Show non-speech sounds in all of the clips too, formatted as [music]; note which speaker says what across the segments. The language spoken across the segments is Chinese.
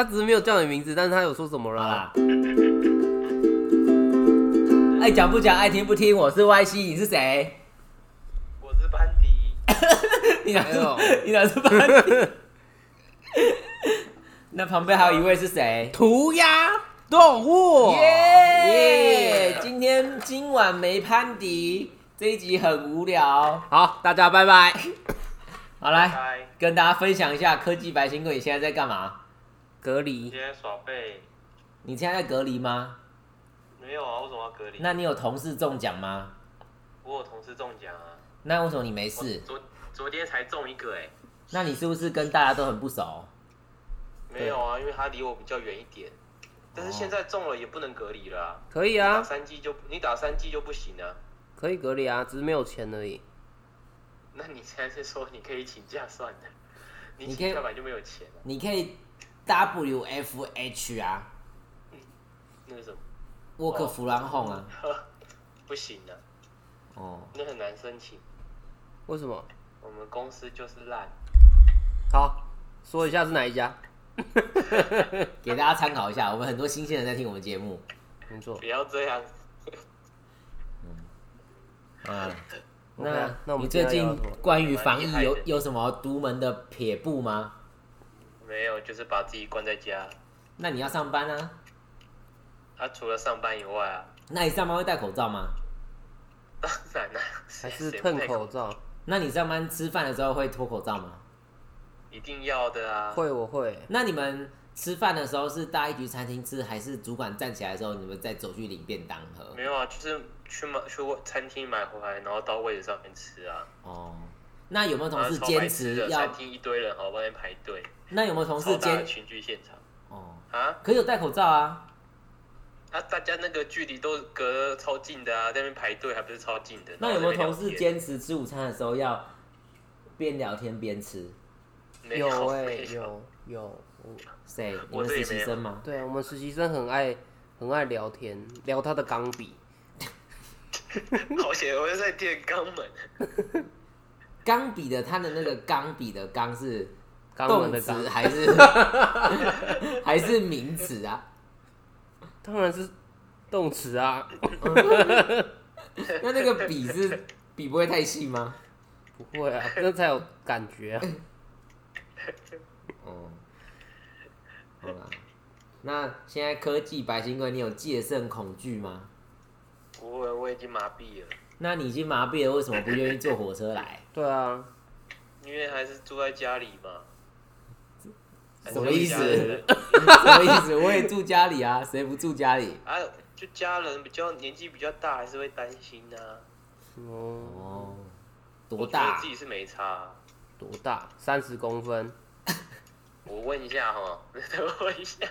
Speaker 1: 他只是没有叫你名字，但是他有说怎么
Speaker 2: 好
Speaker 1: 啦？
Speaker 2: 啦。爱哎讲不讲，爱听不听，我是 Y C，你是谁？
Speaker 3: 我是班迪，
Speaker 2: 你哪是
Speaker 1: 哎呦？
Speaker 2: 你哪是班底？那旁边还有一位是谁？
Speaker 1: 涂鸦动物，
Speaker 2: 耶
Speaker 1: 耶！
Speaker 2: 今天今晚没潘迪，这一集很无聊。
Speaker 1: 好，大家拜拜。
Speaker 2: 好来，
Speaker 3: 嗨，
Speaker 2: 跟大家分享一下科技白新贵，你现在在干嘛？
Speaker 1: 隔
Speaker 3: 今
Speaker 1: 离，
Speaker 3: 天耍背
Speaker 2: 你现在在隔离吗？
Speaker 3: 没有啊？为什么要隔离？
Speaker 2: 那你有同事中奖吗？
Speaker 3: 我有同事中奖啊，
Speaker 2: 那为什么你没
Speaker 3: 我
Speaker 2: 事？
Speaker 3: 昨昨天才中一个哎、
Speaker 2: 那你是不是跟大家都很不熟？
Speaker 3: 没有啊，因为他离我比较远一点。但是
Speaker 2: 哦
Speaker 3: 现在中了也不能隔离了、
Speaker 4: 哦
Speaker 3: 啊，
Speaker 1: 可以
Speaker 3: 打
Speaker 1: 啊，
Speaker 3: 三剂就你打三剂就不行啊。
Speaker 1: 可以隔离啊，只是没有钱而已。
Speaker 3: 那你现在是说你可以请假算了，你
Speaker 2: 你可以
Speaker 3: 请假本来就没有钱啊了、
Speaker 2: 你可以 W F H 啊
Speaker 3: 那是什么？ [laughs]
Speaker 2: ，work 弗朗红啊。
Speaker 3: 不行的、啊，
Speaker 2: 哦，
Speaker 3: 那很难申请。
Speaker 1: 为什么？
Speaker 3: 我们公司就是烂，
Speaker 1: 好，说一下是哪一家？
Speaker 2: 给大家参考一下，我们很多新鲜人在听我们节目。
Speaker 1: 没
Speaker 4: 哦
Speaker 1: 错
Speaker 3: 不。要这样。
Speaker 2: 嗯，
Speaker 1: 那
Speaker 2: OK 啊
Speaker 1: 那我们
Speaker 2: 你最
Speaker 1: 今天要
Speaker 2: 近
Speaker 1: 聊什么
Speaker 2: 关于防疫
Speaker 3: 蛮厉害
Speaker 2: 有
Speaker 3: 的
Speaker 2: 有什么独门的撇步吗？
Speaker 3: 没有，就是把自己关在家。
Speaker 2: 那你要上班啊，
Speaker 3: 他、除了上班以外啊，
Speaker 2: 那你上班会戴口罩吗？
Speaker 3: [laughs] 当然啦、谁
Speaker 1: 还是
Speaker 3: 谁不
Speaker 1: 蹭
Speaker 3: 戴
Speaker 1: 口罩？
Speaker 2: 那你上班吃饭的时候会脱口罩吗？
Speaker 3: 一定要的啊！
Speaker 1: 会，我会。
Speaker 2: 那你们吃饭的时候是大一局餐厅吃，还是主管站起来的时候你们再走去领便当盒
Speaker 3: 没？有啊，就是去买去餐厅买回来，然后到位置上面吃啊。
Speaker 2: 哦，那有没有同
Speaker 3: 然后
Speaker 2: 事
Speaker 3: 超
Speaker 2: 坚
Speaker 3: 白痴
Speaker 2: 持
Speaker 3: 的，
Speaker 2: 要
Speaker 3: 餐？厅一堆人，好，外面排队，
Speaker 2: 那有没有同
Speaker 3: 超
Speaker 2: 事
Speaker 3: 大的
Speaker 2: 坚？
Speaker 3: 群聚现场
Speaker 2: 哦，
Speaker 3: 啊！
Speaker 2: 可是有戴口罩啊。
Speaker 3: 啊，大家那个距离都隔超近的啊，在那边排队还不是超近的？
Speaker 2: 那有没有同事
Speaker 3: 然后在那边聊
Speaker 2: 坚
Speaker 3: 天？
Speaker 2: 持吃午餐的时候要边聊天边吃？
Speaker 3: 没
Speaker 1: 有
Speaker 3: 有
Speaker 2: 欸
Speaker 1: 哎、
Speaker 3: 没有，
Speaker 1: 有有。我
Speaker 3: [laughs]
Speaker 2: 谁？你
Speaker 3: 我
Speaker 2: 们
Speaker 3: 这里
Speaker 2: 实习
Speaker 3: 没有
Speaker 2: 生吗？
Speaker 1: 对啊，我们实习生很爱很爱聊天，聊他的钢笔。
Speaker 3: [laughs] 好险，我是在电肛门，
Speaker 2: 钢笔的，他的那个钢笔的钢是
Speaker 1: 肛门
Speaker 2: 动
Speaker 1: 的
Speaker 2: 词啊
Speaker 1: 肛，
Speaker 2: 还
Speaker 3: [laughs]
Speaker 2: 是还是名词啊？
Speaker 1: 当然是动词啊，
Speaker 2: 那那个笔是笔不会太细吗？
Speaker 1: 不会啊，那才有感觉啊。
Speaker 2: 哦，好啦，那现在科技白新冠，你有戒慎恐惧吗？
Speaker 3: 我我已经麻痹了，
Speaker 2: 那你已经麻痹了，为什么不愿意坐火车来？
Speaker 1: 对啊，
Speaker 3: 因为还是住在家里嘛。还是
Speaker 2: 什么意思
Speaker 3: 家人
Speaker 2: 什么意思？我也住家里啊，谁不住家里？
Speaker 3: 啊，就家人比较年纪比较大，还是会担心呐、啊。
Speaker 1: 哦，
Speaker 2: 哦，
Speaker 3: 我
Speaker 2: 多
Speaker 3: 觉得
Speaker 2: 大
Speaker 3: 自？己是没差啊。
Speaker 1: 多大？三十公分，
Speaker 3: 我问一下哈， [laughs] 我问一下，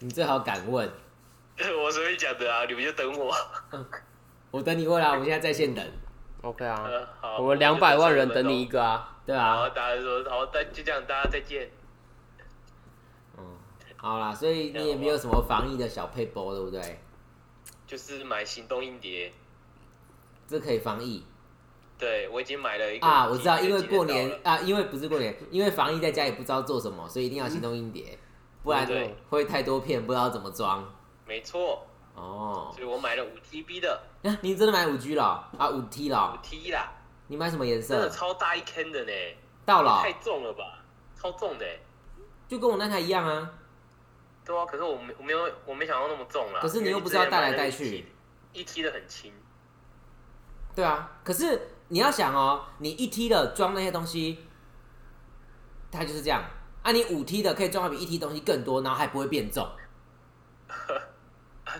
Speaker 2: 你最好敢问。
Speaker 3: 我随便讲的啊，你们就等我。
Speaker 2: 我等你问啊，我们现在在线等，
Speaker 1: OK 啊，
Speaker 3: 呃好
Speaker 1: 我们两百万人等你一个啊。
Speaker 2: 对
Speaker 3: 然后
Speaker 2: 啊，
Speaker 3: 大家说好，但就这样，大家再见。
Speaker 2: 嗯，好啦，所以你也没有什么防疫的小配包，对不对？
Speaker 3: 就是买行动硬碟，
Speaker 2: 这可以防疫
Speaker 3: 对我已经买了一个
Speaker 2: 啊！我知道，
Speaker 3: 已经
Speaker 2: 因为过
Speaker 3: 已经到
Speaker 2: 年
Speaker 3: 了
Speaker 2: 啊，因为不是过年，因为防疫在家也不知道做什么，所以一定要行动硬碟，不然
Speaker 3: 嗯对
Speaker 2: 会太多片，不知道怎么装。
Speaker 3: 没错，
Speaker 2: 哦
Speaker 3: 所，以我买了五 TB 的
Speaker 2: 啊、你真的买五 G 了啊？五 T
Speaker 3: 五
Speaker 2: 了？
Speaker 3: T E 啦，
Speaker 2: 你买什么颜
Speaker 3: 真的
Speaker 2: 色？
Speaker 3: 超大一坑的呢，
Speaker 2: 到了
Speaker 3: 太重了吧，超重的欸。
Speaker 2: 就跟我那台一样啊。
Speaker 3: 对啊，可是我没我没有我没想到那么重啦。
Speaker 2: 可是你
Speaker 3: 因为
Speaker 2: 又不知道
Speaker 3: 之前买
Speaker 2: 带来带去
Speaker 3: 那个一 T，一 T 的很轻，
Speaker 2: 对啊，可是你要想哦，你一 T 的装那些东西，它就是这样。啊，你五 T 的可以装的比一 T 东西更多，然后还不会变重。
Speaker 3: 啊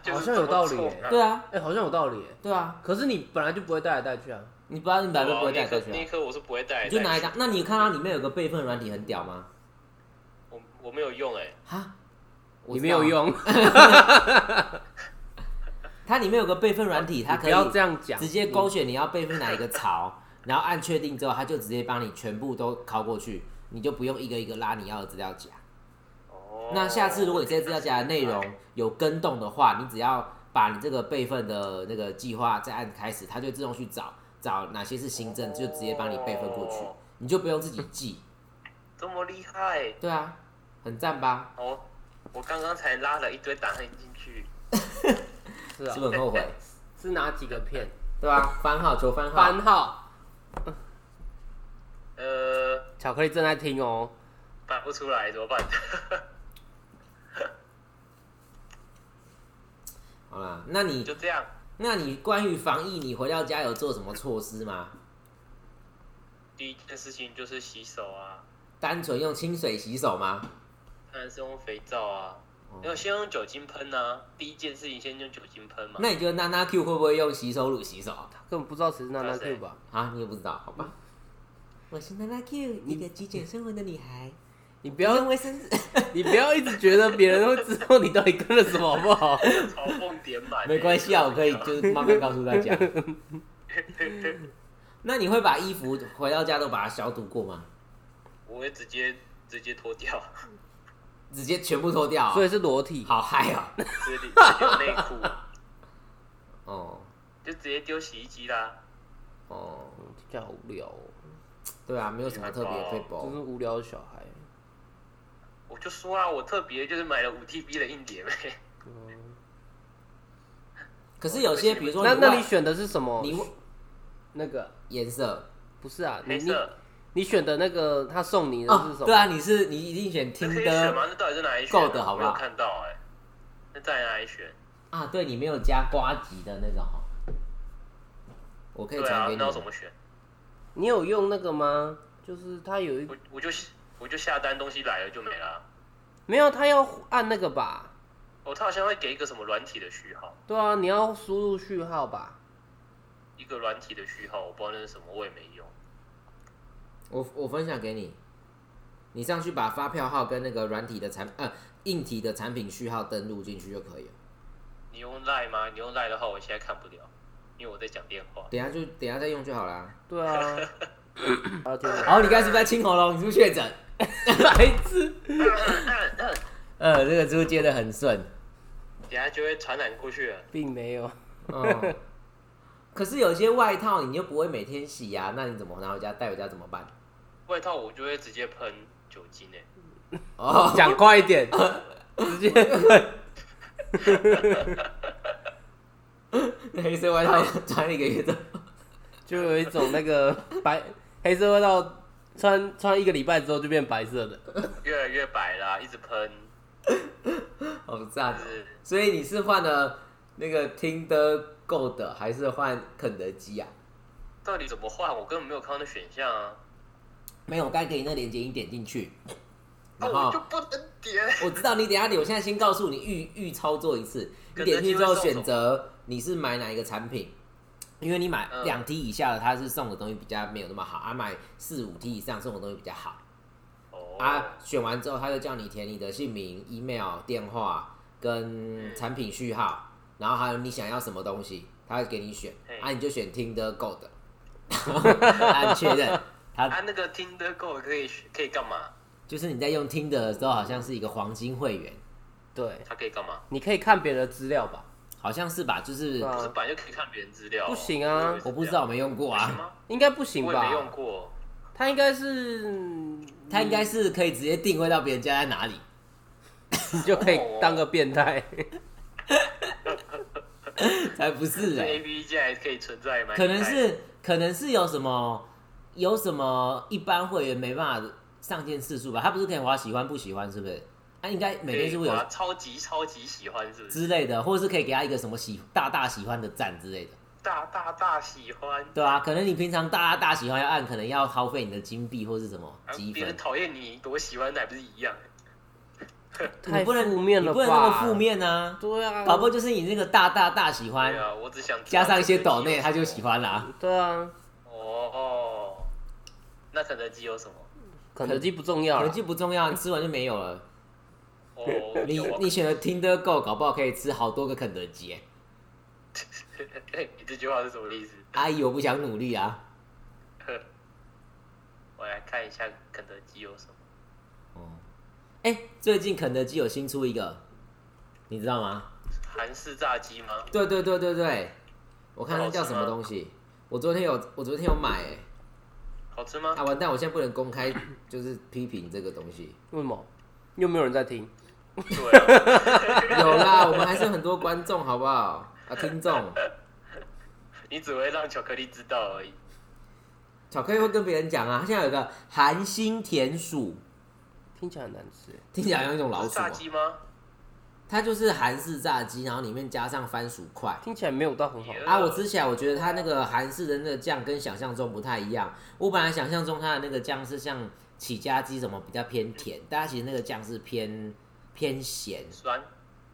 Speaker 3: 就是
Speaker 1: 好像有道理
Speaker 3: 这么重啊
Speaker 2: 对啊，
Speaker 1: 哎、好像有道理耶。
Speaker 2: 对啊，
Speaker 1: 可是你本来就不会带来带去啊。
Speaker 2: 你不知道你买
Speaker 3: 对
Speaker 2: 都
Speaker 3: 啊
Speaker 2: 不会带
Speaker 3: 那一颗
Speaker 2: 过
Speaker 1: 哦
Speaker 2: 去、
Speaker 3: 那一
Speaker 2: 啊，
Speaker 3: 颗我是不会带来带
Speaker 2: 你
Speaker 3: 去，
Speaker 2: 就拿一张。那你有看到里面有个备份软体很屌吗？
Speaker 3: 我我没有用哎、
Speaker 2: 哈，我
Speaker 1: 你
Speaker 2: 知道
Speaker 1: 没有。用，
Speaker 2: 它里面有个备份软体，它
Speaker 1: 你
Speaker 2: 可
Speaker 1: 不
Speaker 2: 以
Speaker 1: 要这样讲。
Speaker 2: 直接勾选你要备份哪一个槽， [laughs] 然后按确定之后，它就直接帮你全部都拷过去，你就不用一个一个拉你要的资料夹。
Speaker 3: 哦
Speaker 2: 那下次如果你这些资料夹的内容有跟动的话，你只要把你这个备份的那个计划再按开始，它就自动去找找哪些是新增，就直接帮你备份过去
Speaker 3: 哦，
Speaker 2: 你就不用自己记。
Speaker 3: 这么厉害
Speaker 2: 对啊，很赞吧？ [laughs]
Speaker 3: 哦！我刚刚才拉了一堆档案进去，
Speaker 1: 是啊
Speaker 2: 是不，是很后悔？
Speaker 1: 是哪几个片？
Speaker 2: 对吧？番号求番号，
Speaker 1: [laughs] 番号，
Speaker 3: [laughs] 呃，
Speaker 1: 巧克力正在听哦。
Speaker 3: 摆不出来怎么办？ [laughs]
Speaker 2: 好啦，那你
Speaker 3: 就这样，
Speaker 2: 那你关于防疫，你回到家有做什么措施吗？
Speaker 3: 第一件事情就是洗手啊，
Speaker 2: 单纯用清水洗手吗？
Speaker 3: 当然是用肥皂啊，
Speaker 2: 哦
Speaker 3: 要先用酒精喷啊。第一件事情先用酒精喷嘛。
Speaker 2: 那你觉得娜娜 Q 会不会用洗手乳洗手啊？
Speaker 1: 根本不知道谁是娜娜
Speaker 3: 知道
Speaker 1: Q
Speaker 3: 谁
Speaker 1: 吧？
Speaker 2: 啊，你也不知道，好吧？我是娜娜 Q，一个极简生活的女孩，
Speaker 1: 你不
Speaker 2: 不
Speaker 1: 要，
Speaker 2: 卫生纸。
Speaker 1: [laughs] 你不要一直觉得别人会知道你到底跟了什么，好不好？
Speaker 3: 嘲讽点满、
Speaker 2: 没关系啊，我可以
Speaker 3: 就
Speaker 2: 就是慢慢告诉大
Speaker 3: [laughs]
Speaker 2: 家。那你会把衣服回到家都把它消毒过吗？
Speaker 3: 啊我会直接直接脱掉，
Speaker 2: 直接全部脱掉、
Speaker 1: [laughs] 所
Speaker 2: 哦
Speaker 1: 以？是裸体。
Speaker 2: 好嗨
Speaker 3: [laughs]
Speaker 2: 哦！
Speaker 3: 直接直接丢内裤， [laughs]
Speaker 2: 哦
Speaker 3: 就直接丢洗衣机啦。
Speaker 2: 哦，
Speaker 1: 嗯听起来好无聊哦，
Speaker 2: 对啊，没有什么特别的 p a
Speaker 1: 真是无聊的小孩。
Speaker 3: 我就说啊，我特别就是买了五 TB 的硬碟呗。
Speaker 1: 哦
Speaker 2: 可是有些，比如说
Speaker 1: 那
Speaker 2: 你
Speaker 1: 那
Speaker 2: 外
Speaker 1: 你选的是什么？
Speaker 2: 你
Speaker 1: 那个
Speaker 2: 颜色
Speaker 1: 不是啊，你
Speaker 3: 黑
Speaker 1: 你
Speaker 3: 色，
Speaker 1: 你选的那个他送你的
Speaker 2: 哦
Speaker 1: 是什，么？
Speaker 2: 对啊，你是你一定选
Speaker 3: 这
Speaker 2: 听
Speaker 3: 可以选吗
Speaker 2: 的？
Speaker 3: 那到底是哪里选、啊？
Speaker 2: 够的好不
Speaker 3: 我
Speaker 2: 好
Speaker 3: 没有看到哎、那在哪里选？
Speaker 2: 啊，对你没有加瓜吉的那个哈，我可以
Speaker 3: 对
Speaker 2: 传
Speaker 3: 啊
Speaker 2: 给，你
Speaker 3: 那。我怎么选？
Speaker 1: 你有用那个吗？就是他有一
Speaker 3: 我我就我就下单，东西来了就没了啊。
Speaker 1: 没有，他要按那个吧？
Speaker 3: 哦，他好像会给一个什么软体的序号，
Speaker 1: 对啊，你要输入序号吧？
Speaker 3: 一个软体的序号，我不知道那是什么，我也没用。
Speaker 2: 我我分享给你，你上去把发票号跟那个软体的产呃硬体的产品序号登录进去就可以了。
Speaker 3: 你用赖吗？你用赖的话，我现在看不了，因为我在讲电
Speaker 2: [laughs]
Speaker 3: 话。
Speaker 2: 等一下就等一下再用就好啦。
Speaker 1: 对
Speaker 2: [laughs]
Speaker 1: 啊。好，听我
Speaker 2: 哦，你刚才是不是在清喉咙？你是不是确 [laughs] 诊？
Speaker 1: 白痴。
Speaker 2: 呃，这个猪接的很顺。
Speaker 3: 等下就会传染过去了。
Speaker 1: 并没有，
Speaker 2: 哦，可是有些外套你又不会每天洗呀、那你怎么拿回家带回家怎么办？
Speaker 3: 外套我就会直接喷酒精欸诶、
Speaker 2: 哦，
Speaker 1: 讲快一点，直
Speaker 2: [laughs]
Speaker 1: 接 [laughs]
Speaker 2: 黑色外套 [laughs] 穿一个月的，
Speaker 1: 就有一种那个白黑色味道，穿穿一个礼拜之后就变白色的。
Speaker 3: 越来越白啦、一直喷，
Speaker 2: [laughs] 好赞
Speaker 3: 就
Speaker 2: 哦！
Speaker 3: 是
Speaker 2: 所以你是换了那个听的够的，还是换肯德基啊？
Speaker 3: 到底怎么换？我根本没有看到那选项啊！
Speaker 2: 没有，我刚给你那链接，你点进去，
Speaker 3: 那
Speaker 2: 然
Speaker 3: 啊我
Speaker 2: 后
Speaker 3: 就不能点。
Speaker 2: [laughs] 我知道你等一下点，我现在先告诉你预预操作一次，你
Speaker 3: 肯德基
Speaker 2: 点进去之后
Speaker 3: 会送什
Speaker 2: 选
Speaker 3: 么
Speaker 2: 择你是买哪一个产品，因为你买
Speaker 3: 嗯
Speaker 2: 两 T 以下的，它是送的东西比较没有那么好，啊买四五 T 以上送的东西比较好。
Speaker 3: 哦，
Speaker 2: 啊，选完之后他就叫你填你的姓名、email、电话
Speaker 3: 嗯
Speaker 2: 跟产品序号，然后还有你想要什么东西，他会给你选，
Speaker 3: 嘿
Speaker 2: 啊，你就选听的够
Speaker 3: [laughs]
Speaker 2: 的，按确认。他
Speaker 3: 啊，那个听得够可以可以干嘛？
Speaker 2: 就是你在用听的时候，好像是一个黄金会员，
Speaker 1: 对，
Speaker 3: 它可以干嘛？
Speaker 2: 啊
Speaker 1: 你可以看别人的资料吧？
Speaker 2: 好像是吧？就是
Speaker 1: 对啊
Speaker 3: 不是本来就可以看别人资料哦、
Speaker 1: 不行啊
Speaker 3: 以为是这样
Speaker 2: 我不知道，我没用过
Speaker 3: 行
Speaker 2: 啊。
Speaker 3: 吗？
Speaker 1: 应该不行
Speaker 3: 我也没用
Speaker 1: 吧？
Speaker 3: 过，
Speaker 1: 他应该是嗯
Speaker 2: 他应该是可以直接定位到别人家在哪里。
Speaker 1: 你就可以当个变态。
Speaker 2: 哦才不是
Speaker 3: 这
Speaker 2: 哎、
Speaker 3: A P P 竟然可以存在吗？
Speaker 2: 可能是可能是有什么有什么一般会员没办法上线次数吧？他不是可以划喜欢不喜欢是不是？他、应该每
Speaker 3: 可
Speaker 2: 天
Speaker 3: 以
Speaker 2: 是会有
Speaker 3: 哇超级超级喜欢，是不是？
Speaker 2: 之类的，或者是可以给他一个什么喜大大喜欢的赞之类的，
Speaker 3: 大大大喜欢，
Speaker 2: 对啊，可能你平常大大大喜欢要按，可能要耗费你的金币或是什么
Speaker 3: 然后
Speaker 2: 积
Speaker 3: 啊别
Speaker 2: 分
Speaker 3: 人，讨厌你多喜欢，那还不是一样？
Speaker 2: 你
Speaker 1: 太
Speaker 2: 不能
Speaker 1: 负面了吧？
Speaker 2: 你不能那么负。面啊！
Speaker 1: 对啊，
Speaker 2: 宝宝就是你那个大大大喜
Speaker 3: 对
Speaker 2: 欢，
Speaker 3: 啊，我只想知道
Speaker 2: 加上一些
Speaker 3: 肯德
Speaker 2: 抖
Speaker 3: 基有
Speaker 2: 内，他就
Speaker 3: 什
Speaker 2: 喜
Speaker 3: 么。
Speaker 2: 欢啦。
Speaker 1: 对啊，
Speaker 3: 哦哦，那肯德基有什么？
Speaker 1: 肯德基不重要
Speaker 2: 可
Speaker 1: 啦
Speaker 2: 能，就不重要，你吃完就没有了。
Speaker 3: 哦，
Speaker 2: [laughs] 你
Speaker 3: 有啊 [laughs]
Speaker 2: 你选的听得够，搞不好可以吃好多个肯德基耶。
Speaker 3: 哎你这句话是什么意思？
Speaker 2: 阿姨，我不想努力啊。
Speaker 3: 我来看一下肯德基有什么。
Speaker 2: 哦，哎，最近肯德基有新出一个，你知道吗？
Speaker 3: 韩式炸鸡吗？
Speaker 2: 对对对对对，我看它叫什么
Speaker 3: 好吃吗
Speaker 2: 东西。我昨天有，我昨天有买哎、
Speaker 3: 好吃吗？
Speaker 2: 啊，完蛋！我现在不能公开就是批评这个东西。
Speaker 1: 为什么？又没有人在听，
Speaker 3: 对啊，
Speaker 2: 有 [laughs] 啦，我们还是有很多观众，好不好？啊，听众，
Speaker 3: 你只会让巧克力知道而已。
Speaker 2: 巧克力会跟别人讲啊。它现在有个韩星田鼠，
Speaker 1: 听起来很难吃欸耶。
Speaker 2: 听起来像一种老
Speaker 3: 是
Speaker 2: 鼠、
Speaker 3: 炸
Speaker 2: 啊，
Speaker 3: 鸡吗？
Speaker 2: 它就是韩式炸鸡，然后里面加上番薯块。
Speaker 1: 听起来没有到很好。
Speaker 2: 啊，我吃起来我觉得它那个韩式的那个酱跟想象中不太一样。我本来想象中它的那个酱是像起家鸡什么比较偏甜，但它其实那个酱是偏偏咸，
Speaker 3: 酸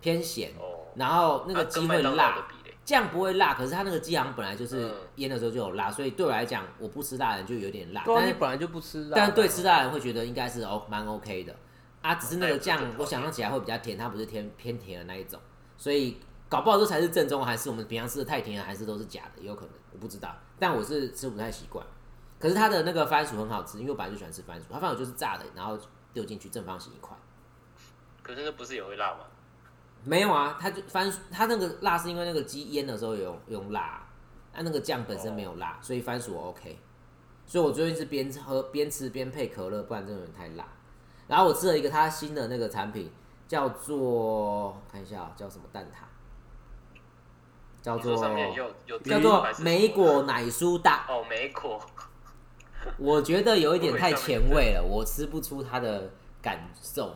Speaker 2: 偏咸，
Speaker 3: 哦，
Speaker 2: 然后那个
Speaker 3: 啊
Speaker 2: 鸡
Speaker 3: 跟麦
Speaker 2: 会
Speaker 3: 当劳
Speaker 2: 辣
Speaker 3: 的。比嘞，
Speaker 2: 酱不会辣，可是它那个鸡好像本来就是
Speaker 3: 嗯
Speaker 2: 腌的时候就有辣，所以对我来讲，我不吃辣的人就有点辣。
Speaker 1: 对啊，
Speaker 2: 但
Speaker 1: 你
Speaker 2: 是
Speaker 1: 本来就不吃辣，啊
Speaker 2: 但对吃辣的人会觉得应该是哦蛮 OK 的啊，只是那个酱
Speaker 3: 那也不是最讨厌
Speaker 2: 我想象起来会比较甜，它不是偏偏甜的那一种，所以搞不好这才是正宗，还是我们平常吃的太甜了，还是都是假的，有可能我不知道，但我是吃不太习惯。可是它的那个番薯很好吃，因为我本来就喜欢吃番薯，它番薯就是炸的，然后丢进去正方形一块。
Speaker 3: 可是那不是也会辣吗？
Speaker 2: 没有啊，它就番薯，它那个辣是因为那个鸡腌的时候有用辣，啊那那个酱本身没有辣，所以番薯我 OK。所以我最近是边喝边吃边配可乐，不然真的有点太辣。然后我吃了一个它新的那个产品，叫做看一下、哦、叫什么蛋挞，叫
Speaker 3: 你说
Speaker 2: 做
Speaker 3: 上面有有
Speaker 2: 叫
Speaker 3: 珍珠
Speaker 2: 做
Speaker 3: 还是
Speaker 2: 梅
Speaker 3: 什么
Speaker 2: 果奶酥蛋，
Speaker 3: 哦，梅果
Speaker 2: 我觉得有一点太前卫了，我吃不出它的感受。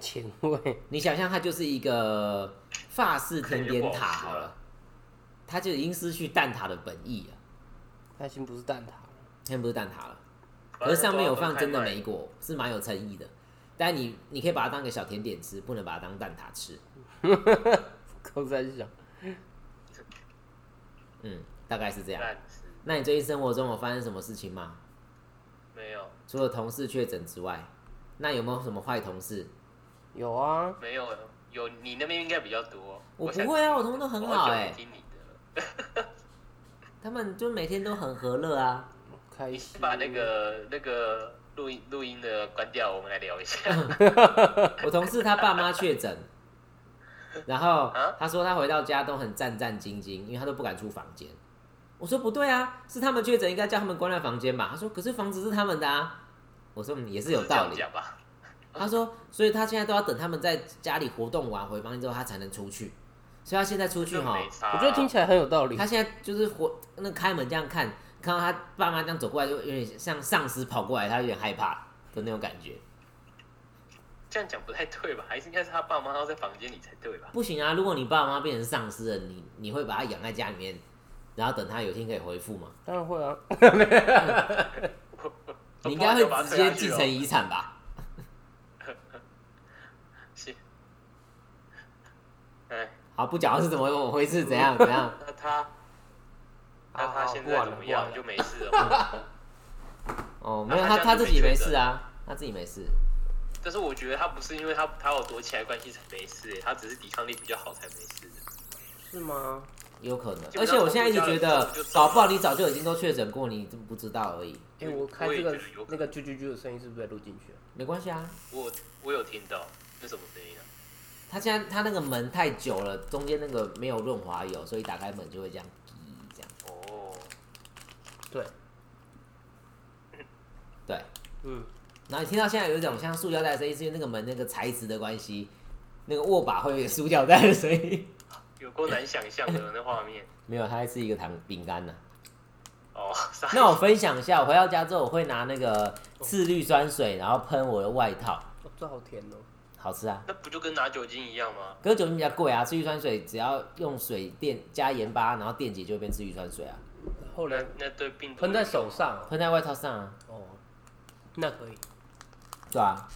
Speaker 1: 前味。
Speaker 2: 你想象它就是一个法式甜点塔好
Speaker 3: 感觉不好吃
Speaker 2: 了
Speaker 3: 啊，
Speaker 2: 它就已经失去蛋挞的本意了，
Speaker 1: 开心不是蛋挞，
Speaker 2: 现在不是蛋挞了，可是上面有放真的梅果，是蛮有诚意的。但你你可以把它当个小甜点吃，不能把它当蛋挞吃。
Speaker 1: 扣在想，
Speaker 2: 嗯，大概是这样。
Speaker 3: 烂死，
Speaker 2: 那你最近生活中有发生什么事情吗？
Speaker 3: 没有
Speaker 2: 除了同事确诊之外，那有没有什么坏同事？
Speaker 1: 有啊，
Speaker 3: 没有有，你那边应该比较多。
Speaker 2: 我
Speaker 3: 想
Speaker 2: 不会啊
Speaker 3: 听
Speaker 2: 我同事都很好
Speaker 3: 我久没
Speaker 2: 欸
Speaker 3: 听你的了，
Speaker 2: 他们就每天都很和乐啊。
Speaker 1: 开
Speaker 3: 你
Speaker 1: 心。
Speaker 3: 把那个那个录音录音的关掉，我们来聊一下。
Speaker 2: 嗯我同事他爸妈确诊，然后
Speaker 3: 啊
Speaker 2: 他说他回到家都很战战兢兢，因为他都不敢出房间。我说不对啊，是他们确诊，应该叫他们关在房间吧？他说可是房子是他们的啊。我说嗯也是有
Speaker 3: [laughs] 这
Speaker 2: 道
Speaker 3: 样
Speaker 2: 理。
Speaker 3: 讲吧，
Speaker 2: 他说所以他现在都要等他们在家里活动完回房间之后，他才能出去。所以他现在出去
Speaker 3: 就
Speaker 2: 哈，
Speaker 3: 没差啊。
Speaker 1: 我觉得听起来很有道理
Speaker 2: 他。现在就是回那开门这样看，看到他爸妈这样走过来，就有点像丧尸跑过来，他有点害怕的那种感觉。
Speaker 3: 这样讲不太对吧？还是应该是他爸妈要在房间里才对吧？
Speaker 2: 不行啊！如果你爸妈变成丧尸了，你你会把他养在家里面，然后等他有一天可以回复吗？
Speaker 1: 当然会啊，
Speaker 3: 哦
Speaker 2: 你应该会直接继承遗产吧？
Speaker 3: 是。哎，
Speaker 2: 好，不讲是怎么回事，怎
Speaker 3: [laughs]
Speaker 2: 样怎样？
Speaker 3: 那他
Speaker 2: 啊
Speaker 3: 那
Speaker 1: 好好
Speaker 3: 他现
Speaker 1: 啊不
Speaker 3: 在
Speaker 1: 玩
Speaker 3: 怎
Speaker 1: 了
Speaker 3: 么
Speaker 1: 不玩
Speaker 3: 样？
Speaker 1: 了
Speaker 3: 就没事
Speaker 2: [laughs]
Speaker 3: 了吗。
Speaker 2: 哦，没有，
Speaker 3: 那
Speaker 2: 他
Speaker 3: 他
Speaker 2: 他
Speaker 3: 这样就
Speaker 2: 自己
Speaker 3: 没
Speaker 2: 没
Speaker 3: 确诊
Speaker 2: 事啊，他自己没事。
Speaker 3: 但是我觉得他不是因为他他有躲起来的关系才没事、欸，他只是抵抗力比较好才没事的。
Speaker 1: 是吗？
Speaker 2: 有可能，
Speaker 3: 就
Speaker 2: 而且我现在一直觉得
Speaker 3: 就就，
Speaker 2: 搞不好你早就已经都确诊过，你怎么不知道而已。
Speaker 1: 哎、
Speaker 3: 我也
Speaker 1: 我开
Speaker 3: 我
Speaker 1: 这个
Speaker 3: 也觉得有可
Speaker 1: 那
Speaker 3: 能
Speaker 1: 个啾啾啾的声音是不是被录进去了？
Speaker 2: 没关系啊，
Speaker 3: 我我有听到，那什么声音啊？
Speaker 2: 他现在他那个门太久了，中间那个没有润滑油，所以打开门就会这样，滴这样。
Speaker 3: 哦，
Speaker 1: 对，
Speaker 2: 对，
Speaker 1: 嗯，
Speaker 2: 然后你听到现在有一种像塑胶袋的声音，是因为那个门那个材质的关系，那个握把会有塑胶袋的声 [laughs] 音。
Speaker 3: 有够难想象的那画面。
Speaker 2: 没有，它还是一个糖饼干呢。
Speaker 3: 哦，傻
Speaker 2: [laughs]
Speaker 3: 眼
Speaker 2: 那我分享一下，我回到家之后，我会拿那个次氯酸水，然后喷我的外套，
Speaker 1: 哦、这好甜哦。
Speaker 2: 好吃啊。
Speaker 3: 那不就跟拿酒精一样吗？
Speaker 2: 可是酒精比较贵啊，次氯酸水只要用水电加盐巴，然后电解就会变次氯酸水啊，
Speaker 1: 后
Speaker 3: 那
Speaker 1: 来
Speaker 3: 那对病毒
Speaker 1: 喷在手上啊、
Speaker 2: 喷在外套上啊，
Speaker 1: 哦，那可以。
Speaker 2: 对啊。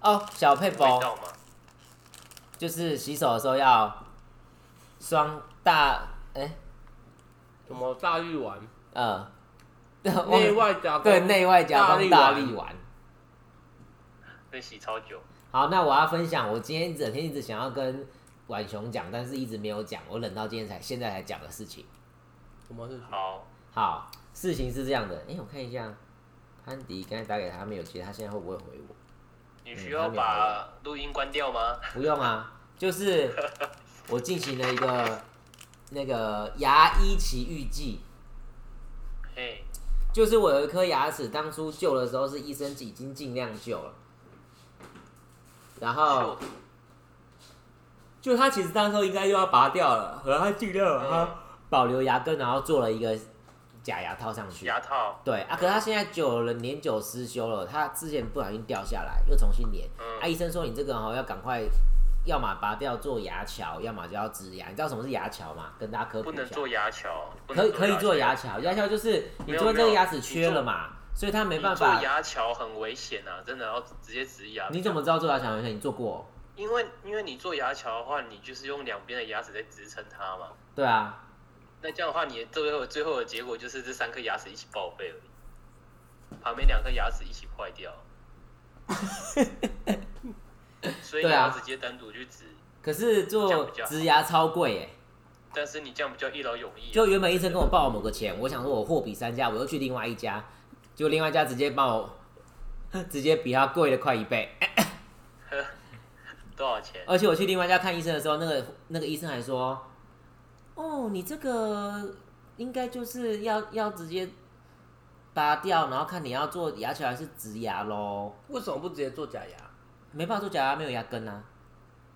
Speaker 2: 哦，小配
Speaker 3: 有
Speaker 2: 包
Speaker 3: 味道吗？
Speaker 2: 就是洗手的时候要双大哎、
Speaker 1: 什么大力丸？
Speaker 2: 呃，忘了
Speaker 1: 哦内外夹
Speaker 2: 对，内外夹攻大力丸。
Speaker 3: 那洗超久。
Speaker 2: 好，那我要分享，我今天一整天一直想要跟婉雄讲，但是一直没有讲，我忍到今天才现在才讲的事情。
Speaker 1: 什么事情？
Speaker 3: 好，
Speaker 2: 好，事情是这样的，哎、我看一下，潘迪刚才打给他没有接，他现在会不会回我？
Speaker 3: 你需要
Speaker 2: 嗯
Speaker 3: 把录音关掉吗？
Speaker 2: 不用啊，就是 [laughs] 我进行了一个那个牙医奇遇记，
Speaker 3: 嘿，
Speaker 2: 就是我有一颗牙齿，当初救的时候是医生已经尽量救了，然后就他其实当初应该就要拔掉了，然后他尽量把它保留牙根，然后做了一个假牙套上去。
Speaker 3: 牙套，
Speaker 2: 对啊，可是他现在久了年久失修了，他之前不小心掉下来，又重新粘。
Speaker 3: 嗯
Speaker 2: 啊，医生说你这个哦要赶快，要么拔掉做牙桥，要么就要植牙。你知道什么是牙桥吗？跟大家科普
Speaker 3: 不
Speaker 2: 一下
Speaker 3: 能。做牙桥，不
Speaker 2: 可
Speaker 3: 能
Speaker 2: 以可以做牙
Speaker 3: 桥。
Speaker 2: 桥，牙桥就是你
Speaker 3: 没有
Speaker 2: 做
Speaker 3: 没
Speaker 2: 这个
Speaker 3: 有
Speaker 2: 牙齿
Speaker 3: 你
Speaker 2: 缺
Speaker 3: 做
Speaker 2: 了嘛，所以他没办
Speaker 3: 你做
Speaker 2: 法。
Speaker 3: 牙桥很危险啊，真的要直接植牙。
Speaker 2: 你怎么知道做牙桥？你做过哦、
Speaker 3: 因为因为你做牙桥的话，你就是用两边的牙齿在支撑它嘛。
Speaker 2: 对啊，
Speaker 3: 那这样的话，你最后最后的结果就是这三颗牙齿一起报废而已，旁边两颗牙齿一起坏掉。所以你
Speaker 2: 对啊
Speaker 3: 要直接单独去植，
Speaker 2: 可是
Speaker 3: 这样
Speaker 2: 做
Speaker 3: 比较好
Speaker 2: 植牙超贵耶、
Speaker 3: 但是你这样比较一劳永逸、啊。
Speaker 2: 就原本医生跟我报某个钱，我想说我货比三家，我又去另外一家，就另外一家直接帮我， [laughs] 直接比他贵了快一倍。
Speaker 3: 多少钱？
Speaker 2: 而且我去另外一家看医生的时候，那个那个医生还说：“哦，你这个应该就是要要直接拔掉，然后看你要做牙桥还是植牙喽。”
Speaker 1: 为什么不直接做假牙？
Speaker 2: 没办法做假牙，没有牙根啊，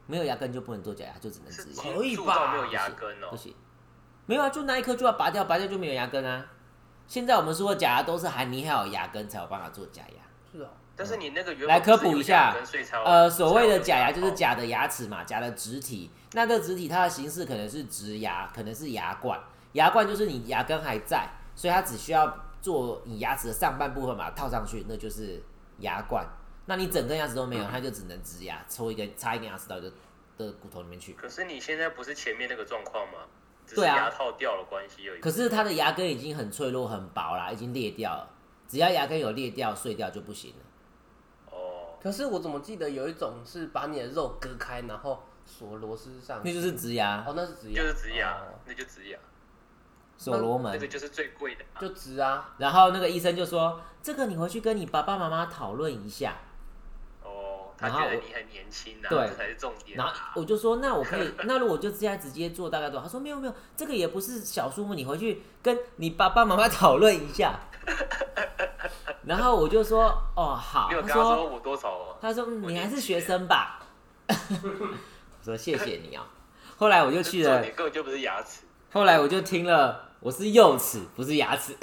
Speaker 2: 没有牙根就不能做假牙，就只能
Speaker 3: 是
Speaker 2: 植牙，
Speaker 1: 可以
Speaker 3: 蛀
Speaker 1: 吧
Speaker 3: 到没有牙根哦、
Speaker 2: 不行。没有啊，就那一颗就要拔掉，拔掉就没有牙根啊。现在我们说的假牙都是含你还有牙根才有办法做假牙。
Speaker 1: 是哦，
Speaker 3: 但是你那个原本
Speaker 2: 来科普
Speaker 3: 不是有
Speaker 2: 一下
Speaker 3: 牙根所以才有
Speaker 2: 呃，所谓的假牙哦
Speaker 3: 才
Speaker 2: 就
Speaker 3: 有哦
Speaker 2: 是假的牙齿嘛，假的植体。那这植体它的形式可能是植牙，可能是牙冠。牙冠就是你牙根还在，所以它只需要做你牙齿的上半部分把它套上去，那就是牙冠。那你整根牙齿都没有，它就只能植牙，抽一根插一根牙齿到就的骨头里面去。
Speaker 3: 可是你现在不是前面那个状况吗？只是
Speaker 2: 对啊
Speaker 3: 牙套掉了关系而已。
Speaker 2: 可是它的牙根已经很脆弱、很薄啦，已经裂掉了。只要牙根有裂掉、碎掉就不行了。
Speaker 3: 哦，
Speaker 1: 可是我怎么记得有一种是把你的肉割开，然后锁螺丝上去？
Speaker 2: 那就是植牙
Speaker 1: 哦，，那是植牙，
Speaker 3: 就是植牙
Speaker 1: 哦，
Speaker 3: 那就植牙，
Speaker 2: 所罗
Speaker 3: 那个
Speaker 2: 门。
Speaker 3: 就是最贵的啊。
Speaker 1: 就植啊。
Speaker 2: 然后那个医生就说：“这个你回去跟你爸爸妈妈讨论一下。
Speaker 3: 哦，他
Speaker 2: 然后
Speaker 3: 觉得
Speaker 2: 我
Speaker 3: 你很年轻啊，
Speaker 2: 对
Speaker 3: 这才是重”点
Speaker 2: 然后
Speaker 3: 啊。
Speaker 2: 我就说：“那我可
Speaker 3: [laughs]
Speaker 2: 以，那如果就这样直接做，大概多少？”他说：“没有没有，这个也不是小数目，你回去跟你爸爸妈妈讨论一下。”然后我就说：“哦，好。”
Speaker 3: 你有
Speaker 2: 他
Speaker 3: 跟他说
Speaker 2: 说
Speaker 3: 我多少哦？
Speaker 2: 他说、嗯
Speaker 3: 我
Speaker 2: 你还
Speaker 3: 年
Speaker 2: 是
Speaker 3: 轻
Speaker 2: 学生吧。 [laughs] 我说谢谢你啊、后来我就去了
Speaker 3: 重点根本就不是牙齿。
Speaker 2: 后来我就听了，我是幼齿，不是牙齿。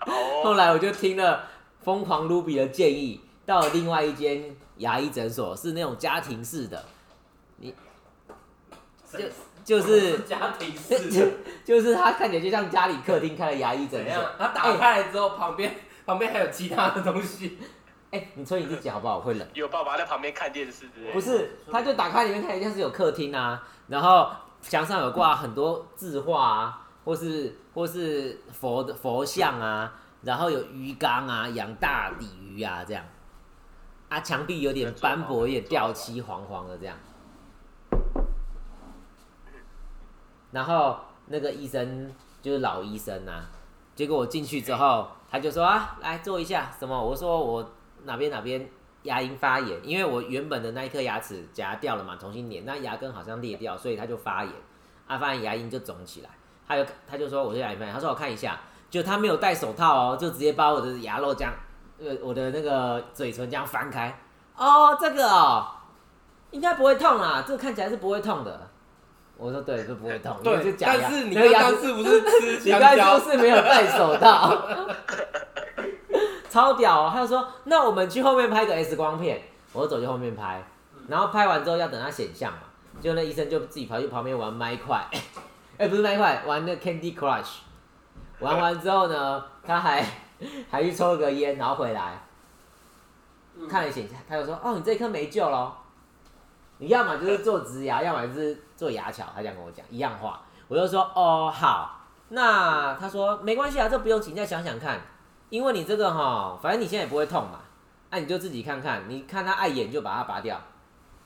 Speaker 2: 后
Speaker 3: 哦，
Speaker 2: 来我就听了疯狂卢比的建议，到了另外一间牙医诊所，是那种家庭式的，你
Speaker 1: [laughs]
Speaker 2: 就
Speaker 4: 哦
Speaker 2: 就是
Speaker 1: 家庭 [laughs]
Speaker 2: 就 [laughs] 就是他看起来就像家里客厅开的牙医诊所。
Speaker 1: 他打开来之后，旁边 [laughs] 旁边还有其他的东西。
Speaker 2: 哎、你吹你自己好不好？我会冷。
Speaker 3: 有爸爸在旁边看电视之类的。
Speaker 2: 不是，他就打开里面看，像是有客厅啊，然后墙上有挂很多字画啊，或是或是佛的佛像啊，然后有鱼缸啊，养大鲤鱼啊这样。啊，墙壁有点斑驳，有点掉漆，黄黄的这样。然后那个医生就是老医生啊，结果我进去之后，他就说啊，来坐一下什么？我说我哪边哪边牙龈发炎，因为我原本的那一颗牙齿夹掉了嘛，重新粘，那牙根好像裂掉，所以它就发炎，啊，发炎牙龈就肿起来。他就他就说我是牙龈发炎，他说我看一下，就他没有戴手套哦，就直接把我的牙肉这样，呃，我的那个嘴唇这样翻开，哦，这个哦，应该不会痛啦，这个看起来是不会痛的。我说对，就不会痛，因为是假牙
Speaker 1: 但是你
Speaker 2: 那个
Speaker 1: 刚
Speaker 2: 牙齿
Speaker 1: 刚是不是 [laughs] 吃
Speaker 2: 你
Speaker 1: 香
Speaker 2: 刚才
Speaker 1: 蕉
Speaker 2: 说？是没有戴手套， [laughs] 超屌哦！他就说，那我们去后面拍个 X 光片，我就走去后面拍，然后拍完之后要等他显像嘛，就那医生就自己跑去旁边玩麦块， [laughs] 哎、不是麦块，玩那 Candy Crush，玩完之后呢，他还还去抽了个烟，然后回来
Speaker 3: 嗯
Speaker 2: 看了显像，他就说，哦，你这一颗没救喽。你要么就是做植牙，要么就是做牙桥。他这样跟我讲一样话，我就说哦好。那他说没关系啊，这不用紧，再想想看，因为你这个哈，反正你现在也不会痛嘛，那、你就自己看看，你看他碍眼就把它拔掉，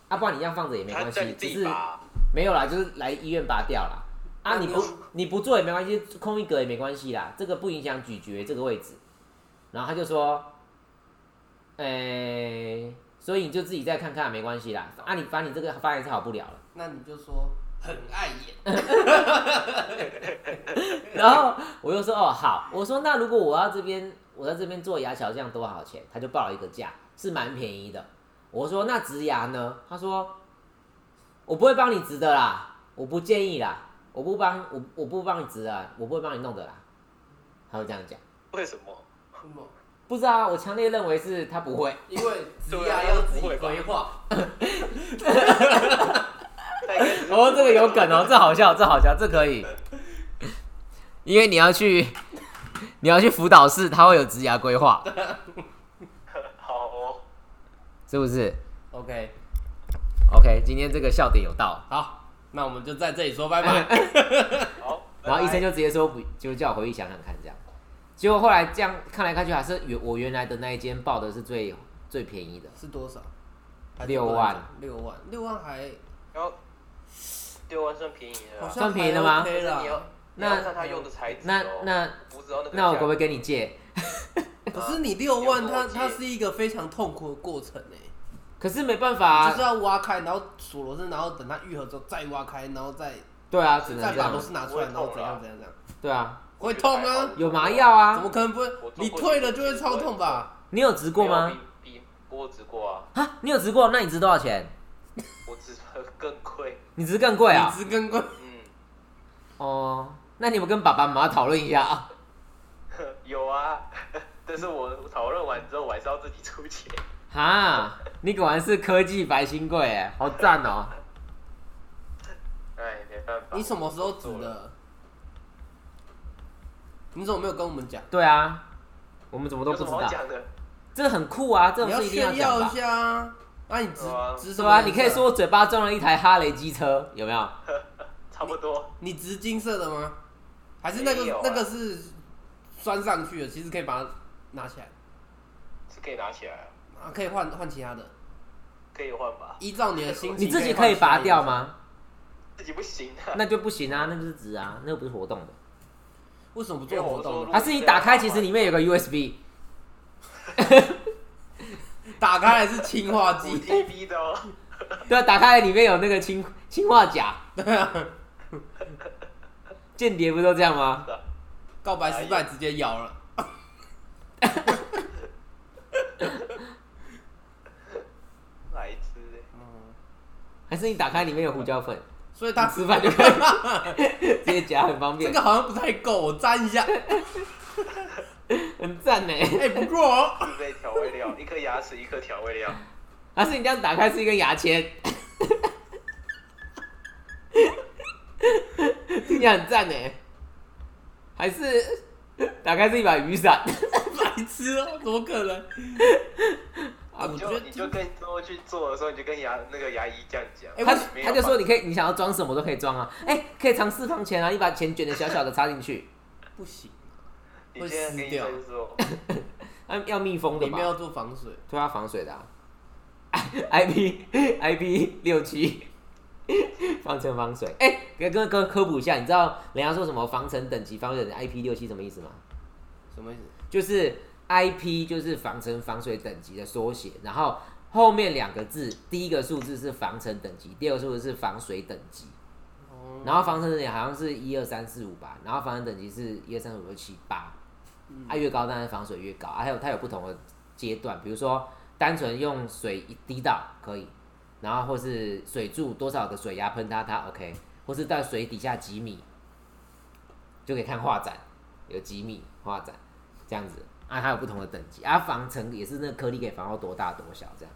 Speaker 2: 啊，不然你这样放着也没
Speaker 3: 他
Speaker 2: 关
Speaker 3: 叫
Speaker 2: 系
Speaker 3: 你，自
Speaker 2: 只
Speaker 3: 己
Speaker 2: 是
Speaker 3: 拔，
Speaker 2: 没有啦，就是来医院拔掉啦。啊，你不你不做也没关系，空一格也没关系啦，这个不影响咀嚼这个位置。然后他就说，诶、所以你就自己再看看，没关系啦。啊，你把你这个发炎是好不了了。
Speaker 1: 那你就说
Speaker 4: 很碍眼。
Speaker 2: [laughs] 然后我又说哦好，我说那如果我要这边我在这边做牙桥匠多少钱？他就报了一个价，是蛮便宜的。我说那植牙呢？他说我不会帮你植的啦，我不建议啦，我不帮我我不帮你植的啦，我不会帮你弄的啦。他会这样讲，
Speaker 3: 为什么？ [laughs]
Speaker 4: 为什么
Speaker 2: 不知道啊，我强烈认为是他不会。
Speaker 4: 因为植
Speaker 3: 对
Speaker 4: 牙
Speaker 3: 啊
Speaker 4: 要自己
Speaker 3: 不会吧
Speaker 4: 规划，
Speaker 3: 大概是
Speaker 2: 哦，这个有梗哦，这好笑，这好笑，这可以。 [laughs] 因为你要去，你要去辅导室，他会有职涯规划，
Speaker 3: 好哦，
Speaker 2: 是不是
Speaker 1: OK，
Speaker 2: ？OK，今天这个笑点有到，
Speaker 1: 好，那我们就在这里说拜拜。 [laughs]
Speaker 3: 好，
Speaker 2: 然后医
Speaker 3: 拜拜
Speaker 2: 生就直接说不，就叫我回去想想看这样。结果后来这样看来看去，还是原我原来的那一间报的是最最便宜的，
Speaker 4: 是多少？
Speaker 1: 还是
Speaker 2: 六
Speaker 1: 不能
Speaker 2: 万
Speaker 1: 讲，
Speaker 4: 六万，六万还
Speaker 3: 然后六万算便宜了
Speaker 4: 好
Speaker 3: 啦，
Speaker 4: 像
Speaker 2: 算便宜了吗
Speaker 4: 还
Speaker 3: 但
Speaker 4: OK
Speaker 3: 是你要
Speaker 4: 啦。
Speaker 3: 你要
Speaker 2: 那
Speaker 3: 看他用的材质
Speaker 2: 那
Speaker 3: 哦。
Speaker 2: 那
Speaker 3: 不知道那个
Speaker 2: 那我可不可以
Speaker 3: 价
Speaker 2: 跟你借？
Speaker 4: 可是你六
Speaker 2: 啊
Speaker 4: 万，它
Speaker 3: 有逻辑
Speaker 4: 它是一个非常痛苦的过程诶、
Speaker 2: 可是没办法
Speaker 4: 你就是
Speaker 2: 啊，
Speaker 4: 要挖开，然后锁螺丝，然后等它愈合之后再挖开，然后再
Speaker 2: 对啊，只能
Speaker 4: 再
Speaker 2: 这
Speaker 4: 把
Speaker 2: 样
Speaker 4: 螺，丝拿出来，然后怎样怎样怎样，
Speaker 2: 对啊，
Speaker 4: 会痛啊！
Speaker 2: 有麻药啊
Speaker 4: 怎么，可能不会
Speaker 3: 我做过？
Speaker 4: 你退了就会超痛吧？
Speaker 2: 你有值过
Speaker 3: 没有啊
Speaker 2: 吗？？
Speaker 3: 比比我值过啊，
Speaker 2: 啊，你有值过？那你值多少钱？
Speaker 3: 我值更贵。
Speaker 2: 你值更贵啊？
Speaker 4: 你只跟过
Speaker 3: 嗯， [laughs]
Speaker 2: 哦，那你们跟爸爸妈妈讨论一下 [laughs] 啊。
Speaker 3: 有啊， [laughs] 但是我讨论完之后，我还是要自己出钱。
Speaker 2: 哈，你果然是科技白新贵哎，好赞哦！
Speaker 3: 哎，没办
Speaker 2: 啊
Speaker 3: 法。
Speaker 4: 你什么时候指
Speaker 3: 做了？
Speaker 4: 的？你怎么没有跟我们讲？
Speaker 2: 对啊，我们怎么都
Speaker 3: 有
Speaker 2: 不
Speaker 3: 什
Speaker 2: 知
Speaker 3: 么好
Speaker 2: 道，
Speaker 3: 讲的？
Speaker 2: 这很酷啊，这
Speaker 4: 你
Speaker 2: 种
Speaker 4: 要
Speaker 2: 事一定
Speaker 4: 炫
Speaker 2: 讲
Speaker 4: 耀一
Speaker 2: 吧。
Speaker 4: 下啊！啊，你指
Speaker 3: 对啊
Speaker 4: 指什
Speaker 2: 对
Speaker 4: 么
Speaker 2: 啊，
Speaker 4: 颜色？
Speaker 2: 你可以说我嘴巴装了一台哈雷机车，有没有？
Speaker 3: 差不多。
Speaker 4: 你指金色的吗？还是那
Speaker 3: 没
Speaker 4: 个
Speaker 3: 有啊
Speaker 4: 那个是拴上去的？其实可以把它拿起来，
Speaker 3: 是可以拿起来啊，
Speaker 4: 啊，可以换换其他的，
Speaker 3: 可以换吧？
Speaker 4: 依照你的心情。
Speaker 2: 你自己可以拔掉？吗？
Speaker 3: 自己不行
Speaker 4: [laughs]
Speaker 3: 啊。
Speaker 2: 那就不行啊，那就是纸啊，那又不是活动的。
Speaker 4: 为什么不
Speaker 3: 啊
Speaker 4: 做活动呢？
Speaker 2: 还是你打开，其实里面有个 USB，
Speaker 4: 打开来是氢化
Speaker 3: 五
Speaker 4: 剂，
Speaker 3: TB 的哦，
Speaker 2: 对啊，打开里面有那个氰氰化钾。
Speaker 4: 啊
Speaker 2: 间谍不都这样吗？
Speaker 4: 告白失败直接咬了。
Speaker 3: 哪一只欸？
Speaker 2: 还是你打开里面有胡椒粉，
Speaker 4: 所以他
Speaker 2: 吃饭就可以直接夹，很方
Speaker 4: [laughs] 这
Speaker 2: 便，
Speaker 4: 个好像不太够，我沾一下。
Speaker 2: 很赞呢。
Speaker 4: 哎、不够哦。
Speaker 3: 自备调味
Speaker 4: [laughs]
Speaker 3: 料，一颗牙齿，一颗调味料。
Speaker 2: 还啊是你这样打开是一根牙签， [laughs] 听起来很赞呢。还是打开是一把雨伞，
Speaker 4: 白痴哦、怎么可能？啊，我
Speaker 3: 你
Speaker 4: 觉
Speaker 3: 就
Speaker 4: 得
Speaker 3: 你就跟之后去做的时候，你就跟牙那个牙医这样讲。
Speaker 4: 哎
Speaker 2: 他
Speaker 4: 我
Speaker 3: 没有
Speaker 2: 他就说
Speaker 3: 吧
Speaker 2: 你可以，你想要装什么都可以装啊。哎、可以藏私房钱啊，你把钱卷的小小的插进去，
Speaker 4: 不行，
Speaker 3: 你现在跟医生说， [laughs]
Speaker 2: 啊，要密封的
Speaker 4: 里面要
Speaker 2: 嘛，
Speaker 4: 做防水。
Speaker 2: 对啊，防水的、啊。I P I P 六七防尘防水，哎、给各位科科普一下，你知道人家说什么防尘等级防水的 I P 六七什么意思吗？
Speaker 4: 什么意思？
Speaker 2: 就是 IP 就是防尘防水等级的缩写，然后后面两个字，第一个数字是防尘等级，第二个数字是防水等级。
Speaker 4: 哦，
Speaker 2: 然后防尘等级好像是一二三四五吧，然后防尘等级是一二三四五六七八，啊越高当然防水越高，啊还有它有不同的阶段，比如说单纯用水一滴到可以，然后或是水柱多少个水压喷它它 OK，或是在水底下几米就可以看画展，有几米画展这样子啊，它有不同的等级啊，防尘也是那个颗粒可以防到多大多小这样。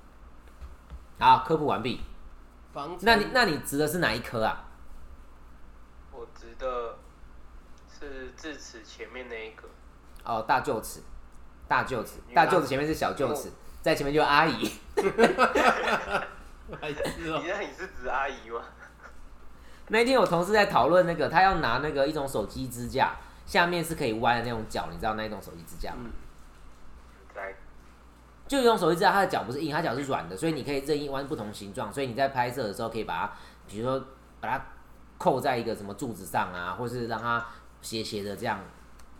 Speaker 2: 好，科普完毕。
Speaker 4: 防
Speaker 2: 那你那你值的是哪一颗啊？
Speaker 3: 我值的是智齿前面那一
Speaker 4: [laughs]
Speaker 3: 个，
Speaker 2: 哦，大臼齿，大臼齿，
Speaker 3: 因为
Speaker 2: 大臼齿前面是小臼齿，在前面就是阿姨。
Speaker 4: 白痴哦、
Speaker 3: 你那你是指阿姨吗？
Speaker 2: 那一天我同事在讨论那个，他要拿那个一种手机支架，下面是可以弯的那种脚，你知道那一种手机支架吗？
Speaker 4: 嗯，
Speaker 3: 来，
Speaker 2: 就用手机支啊架，它的脚不是硬，它脚是软的，所以你可以任意弯不同形状，所以你在拍摄的时候可以把它，比如说把它扣在一个什么柱子上啊，或是让它斜斜的这样，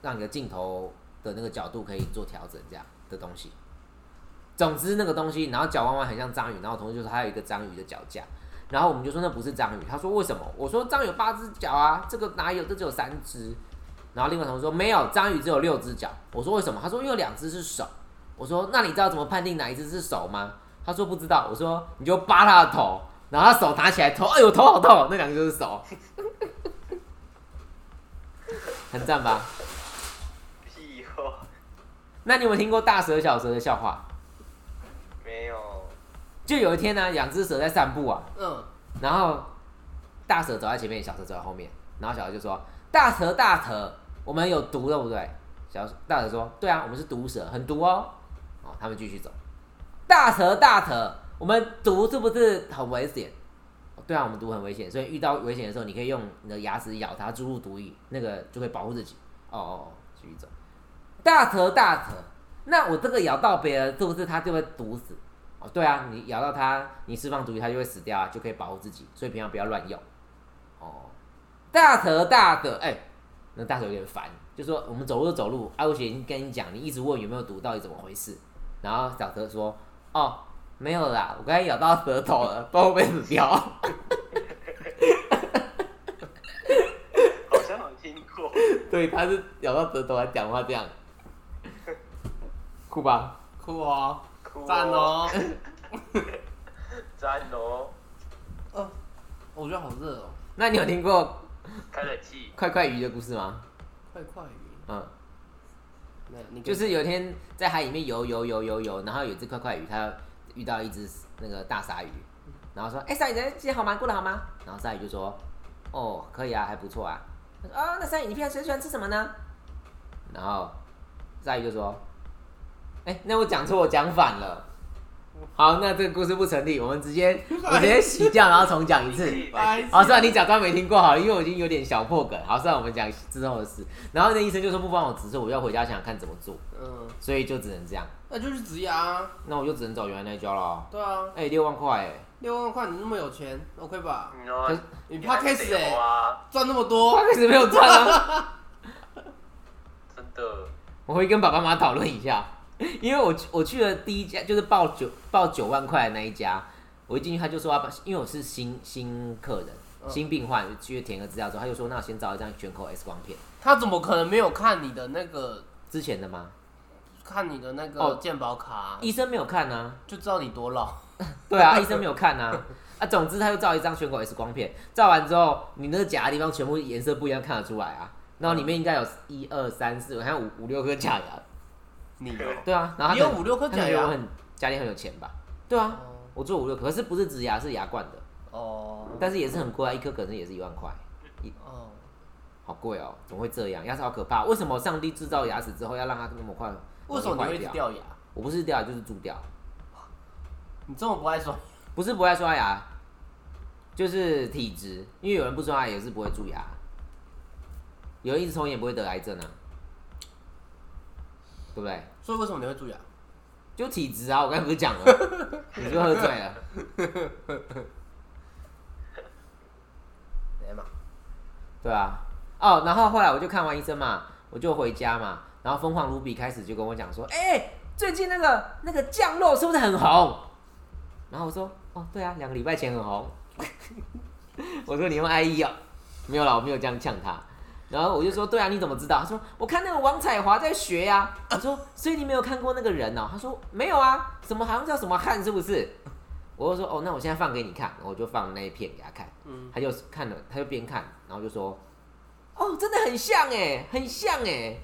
Speaker 2: 让你的镜头的那个角度可以做调整这样的东西。总之那个东西，然后脚弯弯很像章鱼，然后我同事就说它有一个章鱼的脚架，然后我们就说那不是章鱼，他说为什么？我说章鱼有八只脚啊，这个哪有？这只有三只。然后另外同事说没有，章鱼只有六只脚。我说为什么？他说因为两只是手。我说那你知道怎么判定哪一只是手吗？他说不知道。我说你就扒他的头，然后他手拿起来头，哎呦头好痛，那两个就是手，很赞吧？
Speaker 3: 屁哦，
Speaker 2: 那你有没有听过大蛇小蛇的笑话？
Speaker 3: 没
Speaker 4: [laughs]
Speaker 3: 有，
Speaker 2: 就有一天呢，两只蛇在散步啊，
Speaker 1: 嗯，
Speaker 2: 然后大蛇走在前面，小蛇走在后面，然后小蛇就说：“大蛇大蛇，我们有毒对不对？”小大蛇说：“对啊，我们是毒蛇，很毒哦。”哦，他们继续走。大蛇大蛇，我们毒是不是很危险？哦对啊，我们毒很危险，所以遇到危险的时候，你可以用你的牙齿咬它，注入毒液，那个就可以保护自己。哦哦哦，继续走。大蛇大蛇，那我这个咬到别人，是不是它就会毒死？哦，对啊，你咬到它，你释放毒液，它就会死掉啊，就可以保护自己，所以平常不要乱用。哦，大蛇大蛇，哎、那大蛇有点烦，就说我们走路就走路，阿伟姐已经跟你讲，你一直问有没有毒，到底怎么回事？然后小蛇说，哦，没有啦，我刚才咬到舌头了，不然会被死掉。 [laughs]
Speaker 3: 好像有听过。
Speaker 2: 对，他是咬到舌头还讲话这样，酷吧？
Speaker 4: 酷哦，
Speaker 3: 酷哦
Speaker 4: 赞哦！ [laughs]
Speaker 3: 赞哦，
Speaker 1: 哦，我觉得好热哦，
Speaker 2: 那你有听过
Speaker 3: 开冷气，
Speaker 2: 快快鱼的故事吗？
Speaker 1: 快快鱼，
Speaker 2: 嗯。
Speaker 1: 没有，你
Speaker 2: 就
Speaker 1: 给
Speaker 2: 是有一天在海里面游游游游游，然后有一只快快鱼，它遇到一只那个大鲨鱼，然后说：“哎、鲨鱼，你今天好吗？过得好吗？”然后鲨鱼就说：“哦，可以啊，还不错啊。”他说：“啊，那鲨鱼，你平常最喜欢吃什么呢？”然后鲨鱼就说：“哎、那我讲错，我讲反了。好，那这个故事不成立，我们直接我直接洗掉，然后重讲一次。”
Speaker 4: 白痴
Speaker 2: 好，算哦啊了，你假装没听过好了，因为我已经有点小破梗。好，算了，我们讲之后的事。然后那医生就说不帮我指示，我要回家想想看怎么做，
Speaker 1: 嗯，
Speaker 2: 所以就只能这样。
Speaker 1: 那就是植牙啊，
Speaker 2: 那我就只能找原来那一家了。
Speaker 1: 对啊，
Speaker 2: 哎、六万块哎、
Speaker 1: 六万块你那么有钱，OK 吧？
Speaker 3: 你哦
Speaker 2: 可是，
Speaker 1: 你
Speaker 3: 还
Speaker 4: 欸
Speaker 3: 是
Speaker 1: podcast
Speaker 3: 得
Speaker 1: 哎、
Speaker 3: 有啊，
Speaker 1: 赚那么
Speaker 2: 我
Speaker 1: 多，
Speaker 2: 开始没有赚啊。 [laughs]
Speaker 3: 真的，
Speaker 2: 我会跟爸爸妈妈讨论一下，因为我去我去了第一家就是报九报九万块的那一家，我一进去他就说要把，因为我是新新客人。
Speaker 1: 嗯
Speaker 2: 新病患去填个资料之后，他就说：“那我先照一张全口 X 光片，
Speaker 1: 他怎么可能没有看你的那个
Speaker 2: 之前的吗？
Speaker 1: 看你的那个
Speaker 2: 哦
Speaker 1: 健保卡啊、
Speaker 2: 医生没有看啊，
Speaker 1: 就知道你多老？
Speaker 2: 对
Speaker 1: [laughs]
Speaker 2: 啊，医生没有看啊。啊，总之他就照一张全口 X 光片，照完之后，你那个假的地方全部颜色不一样，看得出来啊。然后里面应该有一二三四，我看五五六颗假牙。
Speaker 1: 你有
Speaker 2: 对啊，然后他
Speaker 1: 你有
Speaker 2: 可能
Speaker 1: 五六颗
Speaker 2: 他可能
Speaker 1: 假牙
Speaker 2: 有很家里很有钱吧？对啊，我做五六颗，可是不是植牙，是牙冠的，
Speaker 1: 哦
Speaker 2: 但是也是很贵啊，一颗可能也是一万块，
Speaker 1: 哦，
Speaker 2: 好贵哦，怎么会这样？牙齿好可怕，为什么上帝制造牙齿之后要让它那么快？
Speaker 1: 为什么你会一直？掉牙？
Speaker 2: 我不是掉，就是蛀掉，
Speaker 1: 你这么不爱说，
Speaker 2: 不是不爱刷牙，就是体质，因为有人不刷牙也是不会蛀牙，有人一直抽烟也不会得癌症啊，对不对？
Speaker 1: 所以为什么你会蛀牙？
Speaker 2: 就体质啊，我刚才不是讲了，你就喝醉了。
Speaker 1: 哎嘛，
Speaker 2: 对啊，哦，然后后来我就看完医生嘛，我就回家嘛，然后疯狂卢比开始就跟我讲说，哎、最近那个那个酱肉是不是很红？然后我说，哦，对啊，两个礼拜前很红。 [laughs] 我说你用 IE 哦，没有啦，我没有这样呛他。然后我就说，对啊，你怎么知道？他说，我看那个王彩华在学呀、我说，所以你没有看过那个人哦？他说，没有啊，什么好像叫什么汉是不是？我就说，哦，那我现在放给你看，我就放那一片给他看。
Speaker 1: 嗯，
Speaker 2: 他就看了，他就边看，然后就说：“哦，真的很像哎，很像哎。”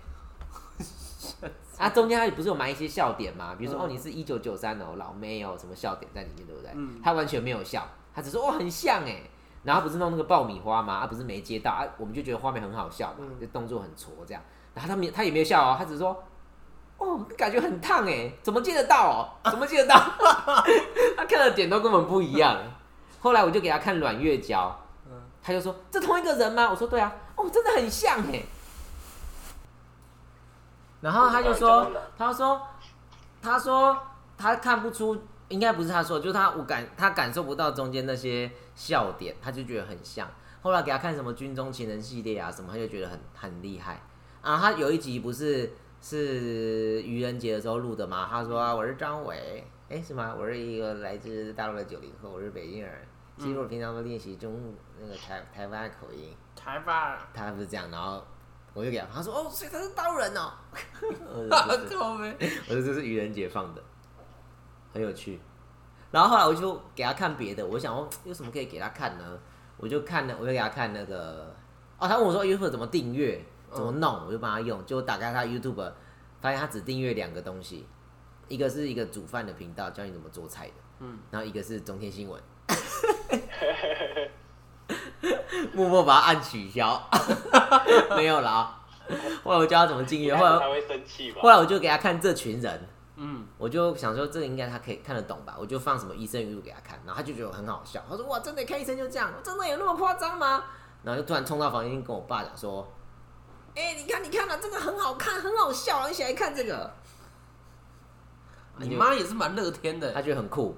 Speaker 2: 啊，中间他不是有埋一些笑点嘛？比如说、
Speaker 1: 嗯
Speaker 2: 哦，你是一九九三哦，老妹哦，什么笑点在里面，对不对？
Speaker 1: 嗯
Speaker 2: 他完全没有笑，他只说哇很像哎。然后不是弄那个爆米花嘛？啊，不是没接到啊，我们就觉得画面很好笑嘛，
Speaker 1: 嗯
Speaker 2: 就动作很挫这样。然后他没他也没有笑哦，他只是说哦，感觉很烫哎，怎么接得到哦？怎么接得到？ [laughs] 他看的点都跟我们不一样。后来我就给他看阮月娇，
Speaker 1: 嗯
Speaker 2: 他就说这同一个人吗？我说对啊，哦，真的很像哎。然后他就说，他说，他说他看不出，应该不是他说，就是他我感他感受不到中间那些笑点，他就觉得很像。后来给他看什么军中情人系列啊什么，他就觉得很很厉害啊。他有一集不是是愚人节的时候录的啊吗？他说、啊、我是张伟，哎、什么？我是一个来自大陆的九零后，我是北京人。其实我平常都练习中那个台台湾的口音，
Speaker 4: 台湾，
Speaker 2: 他不是这样，然后我就给他，他说哦，所以他是刀人哦， [laughs] 我
Speaker 4: 哈哈
Speaker 2: 就
Speaker 3: [laughs]
Speaker 2: 这
Speaker 4: 靠呗，
Speaker 2: 我说这是愚人节放的，很有趣。然后后来我就给他看别的，我想哦，有什么可以给他看呢？我就看了，我就给他看那个，哦，他问我说 YouTube 怎么订阅，怎么弄，我就帮他用，结果打开他 YouTube，发现他只订阅两个东西，一个是一个煮饭的频道，教你怎么做菜的，嗯，然后一个是中天新闻，默默把它按取消， [laughs] 没有了啊。后来我教他怎么订阅，后来
Speaker 3: [laughs] 他会生气吧
Speaker 2: 后？来我就给他看这群人，
Speaker 4: 嗯，
Speaker 2: 我就想说这个应该他可以看得懂吧，我就放什么医生语录给他看，然后他就觉得我很好笑，他说哇，真的看医生就这样，真的有那么夸张吗？然后就突然冲到房间跟我爸讲说，哎、你看你看了、这个很好看，很好笑啊，一起来看这个，
Speaker 1: 你妈也是蛮乐天的，欸
Speaker 2: 他觉得很酷，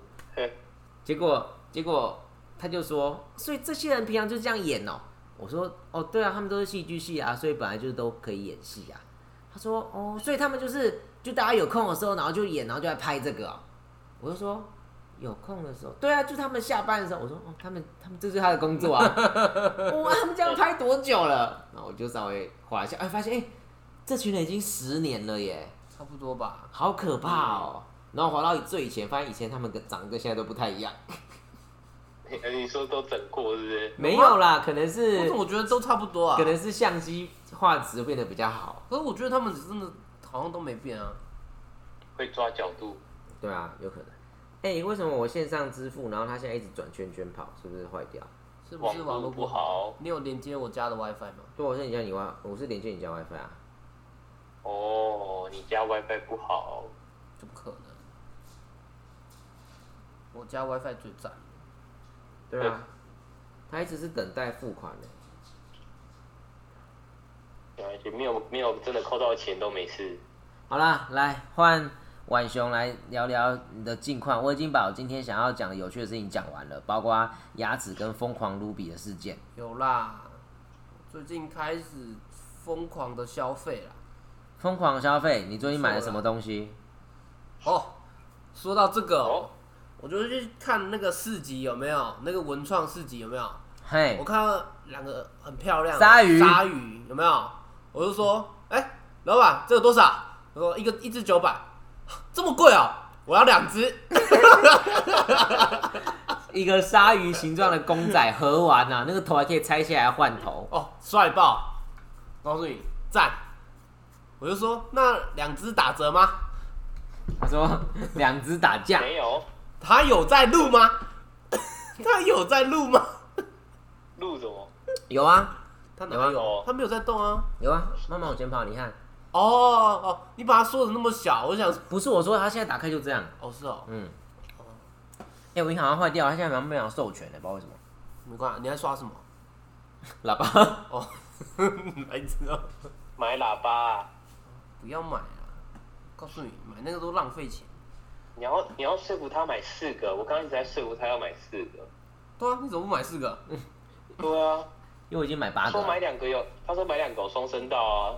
Speaker 2: 结果结果他就说，所以这些人平常就这样演哦。我说哦，对啊，他们都是戏剧系啊，所以本来就都可以演戏啊。他说哦，所以他们就是就大家有空的时候，然后就演，然后就来拍这个、哦。我就说有空的时候，对啊，就他们下班的时候。我说哦，他们他们这就是他的工作啊。 [laughs] 哇，他们这样拍多久了？然后我就稍微划一下，哎，发现哎，这群人已经十年了耶。
Speaker 4: 差不多吧。
Speaker 2: 好可怕哦！然后滑到最以前，发现以前他们跟长得跟现在都不太一样。
Speaker 3: 你 [laughs] 你说都整过是不是？
Speaker 2: 没有啦，可能
Speaker 4: 我
Speaker 2: 是
Speaker 4: 怎么觉得都差不多啊
Speaker 2: 可？能是相机画质变得比较好。
Speaker 4: 可是我觉得他们真的好像都没变啊。
Speaker 3: 会抓角度，
Speaker 2: 对啊，有可能。哎、为什么我线上支付，然后他现在一直转圈圈跑，是不是坏掉？
Speaker 4: 是不是网络
Speaker 3: 络
Speaker 4: 不
Speaker 3: 不
Speaker 4: 好？
Speaker 3: 好
Speaker 4: 你有连接我家的 WiFi 吗？
Speaker 2: 对，我是你家你 WiFi，我是连接你家 WiFi 啊。
Speaker 3: 哦，你家 WiFi 不好，
Speaker 4: 怎么可能？我家 WiFi 最赞。
Speaker 2: 对啊，他一直是等待付款的。
Speaker 3: 而且没有没有真的扣到钱都没事。
Speaker 2: 好啦，来换婉雄来聊聊你的近况。我已经把我今天想要讲的有趣的事情讲完了，包括牙齿跟疯狂卢比的事件。
Speaker 4: 有啦，最近开始疯狂的消费啦。
Speaker 2: 疯狂消费，你最近买了什么东西？
Speaker 4: 哦，说到这个哦、
Speaker 3: 哦
Speaker 4: 我就去看那个市集有没有那个文创市集有没有？
Speaker 2: 嘿
Speaker 4: 我，看到两个很漂亮的
Speaker 2: 鲨鱼
Speaker 4: 鲨鱼有没有？我就说，哎、老板，这个多少？他说一个一只九百， [laughs] 这么贵哦、我要两只。
Speaker 2: 一个鲨鱼形状的公仔盒玩啊，那个头还可以拆下来换头。
Speaker 4: 哦，帅爆！告诉你，赞！我就说那两只打折吗？
Speaker 2: 他说两只打
Speaker 3: [laughs]
Speaker 2: 架，
Speaker 3: 没有，
Speaker 4: 他有在录吗？ [laughs] 他有在录吗？
Speaker 3: 录什么？
Speaker 2: 有啊
Speaker 4: 他哪有
Speaker 3: 有？
Speaker 4: 他没有在动啊！
Speaker 2: 有啊，妈妈我先跑，你看，
Speaker 4: 哦哦，你把它说的那么小，我想说
Speaker 2: 不是我说他现在打开就这样，
Speaker 4: 哦是哦，
Speaker 2: 嗯，哎、我银行好像坏掉了，他现在好像没有授权的，不知道为什么。
Speaker 4: 没关系，你在刷什么？
Speaker 2: 喇叭，
Speaker 4: 哦， [laughs] 白痴哦，
Speaker 3: 买喇叭啊、
Speaker 4: 不要买啊！告诉你，买那个都浪费钱。
Speaker 3: 你要你要说服他买四个，我刚刚一直在说服他要买四个。
Speaker 4: 对啊，你怎么不买四个？
Speaker 3: 对啊，
Speaker 2: [laughs] 因为我已经买
Speaker 3: 他
Speaker 2: 八个
Speaker 3: 说买
Speaker 2: 了，
Speaker 3: 两个有，他说买两个有双声道啊，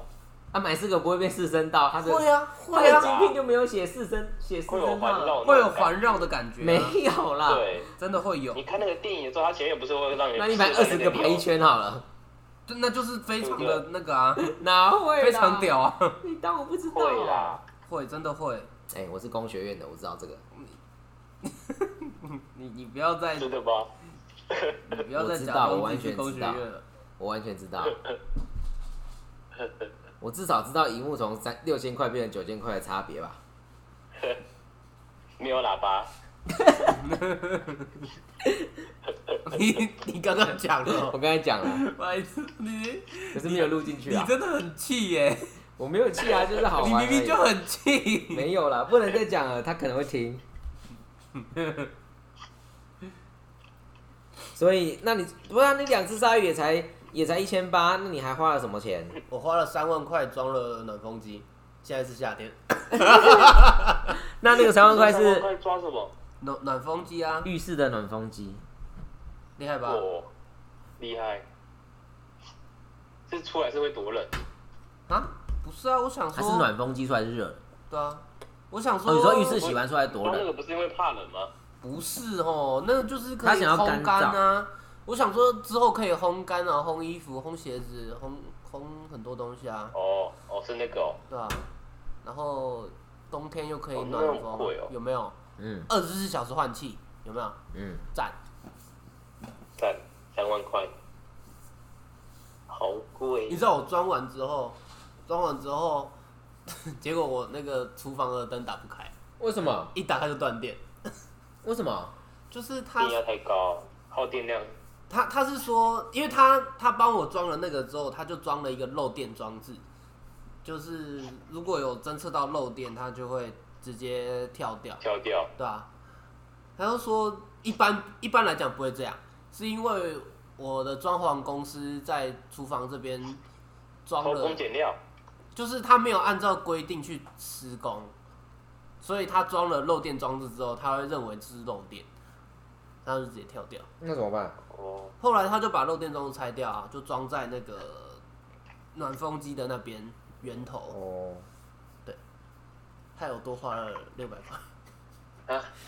Speaker 2: 他、买四个不会被四声道，他的
Speaker 4: 会啊，
Speaker 2: 他
Speaker 4: 会
Speaker 2: 的
Speaker 4: 啊，
Speaker 2: 晶片就没有写四声，写四
Speaker 3: 会有
Speaker 2: 声
Speaker 3: 环
Speaker 2: 道，
Speaker 3: 绕，
Speaker 4: 会有环。绕啊的感觉、
Speaker 2: 没，有啦，
Speaker 3: 对，
Speaker 4: 真的会有
Speaker 3: 你。看那个电影的时候，他前面不是会让你
Speaker 2: 那你买二十个排一，圈好了。
Speaker 4: 就那就是非常
Speaker 3: 对
Speaker 4: 的那个啊，
Speaker 2: 哪会啦
Speaker 4: 非常！屌啊！
Speaker 2: 你当我不知道
Speaker 3: 会？啦，
Speaker 4: 会，真的会。
Speaker 2: 哎、我是工学院的，我知道这个。
Speaker 4: 你你不要再 [laughs]
Speaker 3: 真
Speaker 4: 你
Speaker 3: 的吗？
Speaker 4: 不要再
Speaker 2: 我知
Speaker 4: 假
Speaker 2: 道我
Speaker 4: 装
Speaker 2: 完
Speaker 4: 自己去
Speaker 2: 全
Speaker 4: 工
Speaker 2: 知
Speaker 4: 学
Speaker 2: 道
Speaker 4: 院了。
Speaker 2: 我完全知
Speaker 4: [laughs]
Speaker 2: 道。我至少知道荧幕从三六千块变成九千块的差别吧。
Speaker 3: 没有喇叭，
Speaker 4: 你你刚刚讲了哦，
Speaker 2: 我刚才讲了，
Speaker 4: 不好意思， [laughs] 你
Speaker 2: 可是没有录进去
Speaker 4: 你
Speaker 2: 啊。
Speaker 4: 真的很气耶！
Speaker 2: 我没有气啊，就是好
Speaker 4: 你
Speaker 2: 玩而已。
Speaker 4: 明明就很气。
Speaker 2: 没有啦，不能再讲了，他可能会听。所以，那你不然你两只鲨鱼也才也才一千八，那你还花了什么钱？
Speaker 4: [laughs] 我花了三万块装了暖风机，现在是夏天。
Speaker 2: 那那个三万块
Speaker 3: 三万
Speaker 2: 是
Speaker 3: 块抓什么？
Speaker 4: 暖暖风机啊，
Speaker 2: 浴室的暖风机。
Speaker 4: 厉害吧？
Speaker 3: 哦，厉害，这出来是会多冷，
Speaker 4: 啊，不是啊，我想
Speaker 2: 它
Speaker 4: 说，
Speaker 2: 是暖风机出来是热的。
Speaker 4: 对啊，我想说，
Speaker 2: 哦，你说浴室洗完出来多
Speaker 3: 装那
Speaker 2: 冷？
Speaker 3: 个不是因为怕冷吗？
Speaker 4: 不是哦，那就是可
Speaker 2: 他
Speaker 4: 以
Speaker 2: 想要
Speaker 4: 烘
Speaker 2: 干
Speaker 4: 干
Speaker 2: 燥
Speaker 4: 啊。我想说之后可以烘干啊，烘衣服、烘鞋子、烘烘很多东西啊，
Speaker 3: 哦哦，是那个哦，
Speaker 4: 对啊。然后冬天又可以
Speaker 3: 哦那
Speaker 4: 暖
Speaker 3: 种
Speaker 4: 风啊，
Speaker 3: 贵哦
Speaker 4: 有没有？
Speaker 2: 嗯
Speaker 4: 二十四小时换气，有没有？
Speaker 2: 嗯，
Speaker 4: 赞。
Speaker 3: 三三万块，好贵
Speaker 4: 你知道我装完之后，装完之后， [laughs] 结果我那个厨房的灯打不开，
Speaker 2: 为什么？
Speaker 4: 一打开就断电。
Speaker 2: 为什么？
Speaker 4: 就是他
Speaker 3: 电压太高，耗电量
Speaker 4: 他他是说，因为他他帮我装了那个之后，他就装了一个漏电装置，就是如果有侦测到漏电，它就会直接跳掉，
Speaker 3: 跳掉。
Speaker 4: 对啊。他就说一般一般来讲不会这样，是因为我的装潢公司在厨房这边装
Speaker 3: 偷
Speaker 4: 了
Speaker 3: 工减料，
Speaker 4: 就是他没有按照规定去施工，所以他装了漏电装置之后，他会认为是漏电，然后就直接跳掉。
Speaker 2: 那怎么办？
Speaker 3: 哦，
Speaker 4: 后来他就把漏电装置拆掉啊，就装在那个暖风机的那边源头，
Speaker 2: 哦，
Speaker 4: 他有多花了六百块。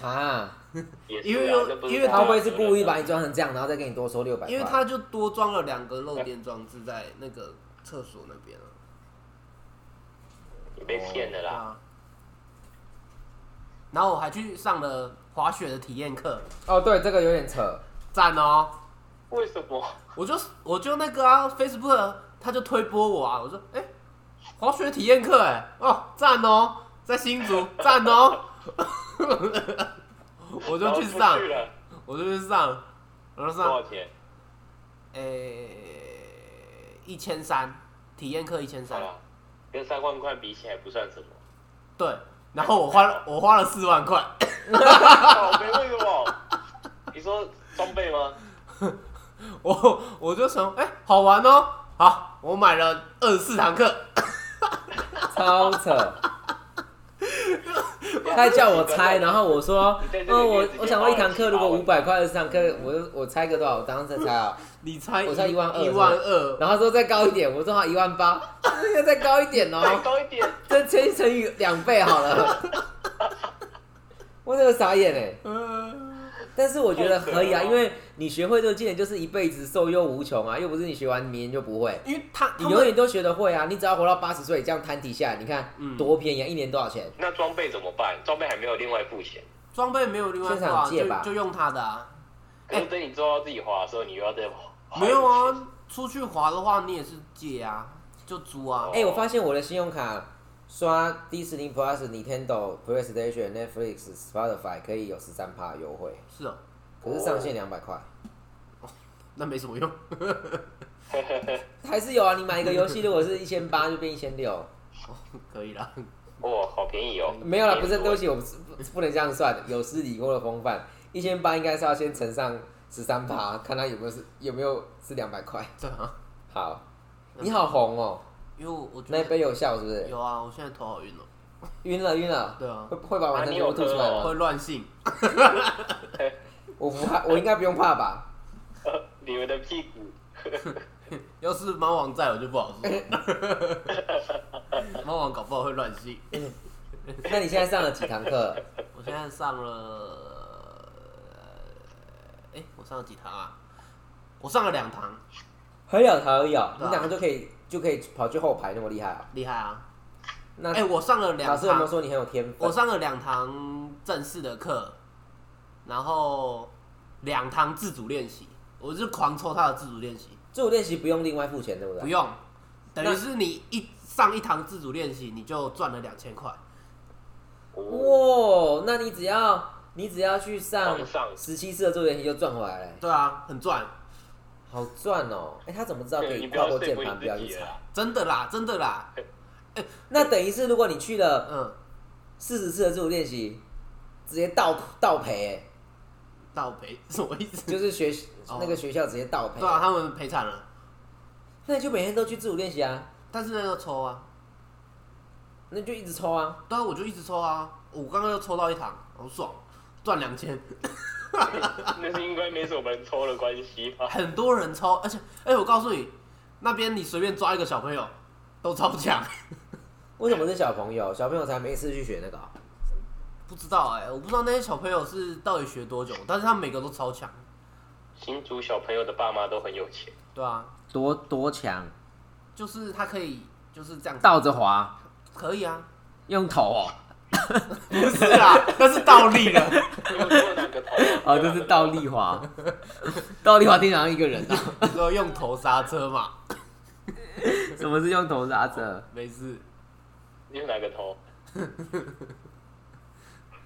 Speaker 2: 啊，
Speaker 3: 也是
Speaker 4: 因为
Speaker 3: 啊
Speaker 4: 有，
Speaker 3: 那不是
Speaker 4: 因为
Speaker 3: 他
Speaker 2: 他会不会
Speaker 3: 的
Speaker 2: 是
Speaker 3: 责任
Speaker 2: 故意把
Speaker 3: 啊
Speaker 2: 你装成这样，然后再给你多收六百块？
Speaker 4: 因为他就多装了两个漏电装置在那个厕所那边啊，
Speaker 3: 你被骗的
Speaker 4: 对
Speaker 3: 啦？
Speaker 4: 啊。然后我还去上了滑雪的体验课，
Speaker 2: 哦，对，这个有点扯。
Speaker 4: 赞哦！
Speaker 3: 为什么？
Speaker 4: 我就我就那个啊，Facebook 他就推播我啊，我说哎、滑雪体验课哎、哦赞哦，在新
Speaker 3: [laughs]
Speaker 4: 竹赞哦，我
Speaker 3: 我
Speaker 4: 就去
Speaker 3: 出
Speaker 4: 上，
Speaker 3: 去了，
Speaker 4: 我就去上，我就
Speaker 3: 多
Speaker 4: 上
Speaker 3: 少，钱？
Speaker 4: 诶一千三，体验课一千
Speaker 3: 好
Speaker 4: 三，
Speaker 3: 了，跟三万块比起来不算什
Speaker 2: [laughs]
Speaker 3: 么。
Speaker 4: 对，然后我花了我花了四万块，
Speaker 3: 靠背为什么？哦你说装备
Speaker 2: [laughs]
Speaker 3: 吗？
Speaker 4: [laughs] 我我就想哎、好玩哦，好，我买了二十四堂课，
Speaker 2: 超 [laughs] 扯！他叫我猜，然后我说
Speaker 3: 你在，这个
Speaker 2: 哦，
Speaker 3: 月
Speaker 2: 我
Speaker 3: 直接
Speaker 2: 我想说一堂课如果
Speaker 3: 把我
Speaker 2: 五百块，二十堂课，我就我猜个多少？我当时猜啊，
Speaker 4: 你猜
Speaker 2: 我猜
Speaker 4: 一
Speaker 2: 12,200
Speaker 4: 一万二，
Speaker 2: 然后说再高一点，我说好一万八， [laughs] 要再高一点
Speaker 3: 再
Speaker 2: 哦，
Speaker 3: 哎高一点，
Speaker 2: 再乘乘以两倍好了。 [laughs] 我这个傻眼哎，
Speaker 4: 嗯、
Speaker 2: 但是我觉得可以啊，
Speaker 3: 好扯哦
Speaker 2: 因为你学会这个技能就是一辈子受用无穷啊，又不是你学完明年就不会，
Speaker 4: 因为他
Speaker 2: 你
Speaker 4: 他
Speaker 2: 永
Speaker 4: 们
Speaker 2: 远都学得会啊，你只要活到八十岁，这样摊底下，你看
Speaker 4: 嗯
Speaker 2: 多便宜啊，一年多少钱？
Speaker 3: 那装备怎么办？装备还没有另外付钱，
Speaker 4: 装备没有另外
Speaker 2: 现
Speaker 4: 付
Speaker 2: 场
Speaker 4: 啊，
Speaker 2: 借吧
Speaker 4: 就就用他的啊。
Speaker 2: 哎
Speaker 3: 可是等你做到自己花的时候，你又要再
Speaker 2: 哦
Speaker 3: 花
Speaker 4: 没有啊，出去滑的话你也是借啊，就租啊
Speaker 3: 哦。
Speaker 2: 哎、我发现我的信用卡刷 D 十零 Plus、Nintendo、PlayStation、Netflix、Spotify 可以有十三趴优惠，
Speaker 4: 是哦，
Speaker 2: 可是上限两百块，
Speaker 4: 那没什么用。
Speaker 2: 还是有啊。你买一个游戏，如果是一千八，就变一千六。
Speaker 4: 哦可以啦， [laughs]
Speaker 3: 哇，好便宜哦！
Speaker 2: 没有啦，不是，对不起，我不是不不能这样算，有失礼过的风范。一千八应该是要先乘上十三趴，看它有没有是有没有是两百块。
Speaker 4: 对啊，
Speaker 2: 好，你好红哦，
Speaker 4: 因为我觉
Speaker 2: 那一
Speaker 4: 得
Speaker 2: 杯有效是不是？
Speaker 4: 嗯有啊，我现在头好晕哦，便
Speaker 2: 晕了晕了，
Speaker 4: 对啊
Speaker 2: 会，会把晚餐
Speaker 3: 啊你
Speaker 2: 全
Speaker 3: 有
Speaker 2: 部吐出来
Speaker 3: 喝哦
Speaker 2: 吗？
Speaker 4: 会乱性。
Speaker 2: 我不怕，我应该不用怕吧？
Speaker 3: [laughs]
Speaker 4: [laughs]
Speaker 3: 你们的屁股，
Speaker 4: 要是猫王在，我就不好说。 [laughs] 猫王搞不好会乱性。
Speaker 2: 那你现在上了几堂课？
Speaker 4: 我现在上了，哎、我上了几堂啊？我上了两堂，
Speaker 2: 很有头有，
Speaker 4: 对啊
Speaker 2: 你哪个就可以就可以跑去后排那么厉害啊？
Speaker 4: 厉害啊！
Speaker 2: 那、
Speaker 4: 哎、我上了两
Speaker 2: 老师有没有
Speaker 4: 堂，
Speaker 2: 说你很有天分？
Speaker 4: 我上了两堂正式的课，然后两堂自主练习，我就是狂抽他的自主练习，
Speaker 2: 自我练习不用另外付钱，对不对？
Speaker 4: 不用，等
Speaker 2: 那
Speaker 4: 于是你一上一堂自主练习，你就赚了两千块，
Speaker 3: 哦
Speaker 2: 哇，那你只要你只要去上
Speaker 3: 上上
Speaker 2: 十七次的自我练习就赚回来了，
Speaker 4: 对啊，很赚，
Speaker 2: 好赚哦！哎、他怎么知道可
Speaker 3: 对
Speaker 2: 以
Speaker 3: 你不
Speaker 2: 跨
Speaker 3: 要
Speaker 2: 过
Speaker 3: 说
Speaker 2: 键
Speaker 3: 服
Speaker 2: 盘不要
Speaker 3: 你
Speaker 2: 去
Speaker 3: 自己啊
Speaker 2: 踩？
Speaker 3: 了，
Speaker 4: 真的啦，真的啦，
Speaker 2: 那等于是如果你去了
Speaker 4: 嗯，
Speaker 2: 四十次的自我练习，直接倒倒赔、哎
Speaker 4: 倒赔 [laughs] 什么意思？
Speaker 2: 就是
Speaker 3: [laughs]
Speaker 2: 学、
Speaker 4: 哦
Speaker 2: 那个学校直接倒赔。
Speaker 4: 对啊，他们赔惨了，
Speaker 2: 那你就每天都去自我练习啊，
Speaker 4: 但是那要抽啊，
Speaker 2: 那你就一直抽啊。
Speaker 4: 对啊，我就一直抽啊，我刚刚又抽到一堂，好爽，赚两千。
Speaker 3: [laughs] 那是因为没什么人抽的关系吧？
Speaker 4: 很多人抽，而且，哎、我告诉你，那边你随便抓一个小朋友都超强， [laughs]
Speaker 2: 为什么是小朋友？小朋友才没事去学那个啊、
Speaker 4: 不知道哎、我不知道那些小朋友是到底学多久，但是他们每个都超强，
Speaker 3: 新竹小朋友的爸妈都很有
Speaker 2: [laughs]
Speaker 3: 钱，
Speaker 4: 对啊，
Speaker 2: 多多强，
Speaker 4: 就是他可以就是这样
Speaker 2: 倒着滑，
Speaker 4: 可以啊，
Speaker 2: 用头哦，。
Speaker 4: 不是啊， [laughs] 那是倒立了，
Speaker 3: 因为只有两个头啊
Speaker 2: 哦，这是倒立 [laughs] 滑，倒立滑听起来像一个人啊。
Speaker 4: [laughs] 说用头刹车嘛，
Speaker 2: 什么是用头刹车？
Speaker 4: 没事，
Speaker 3: 你有哪个头？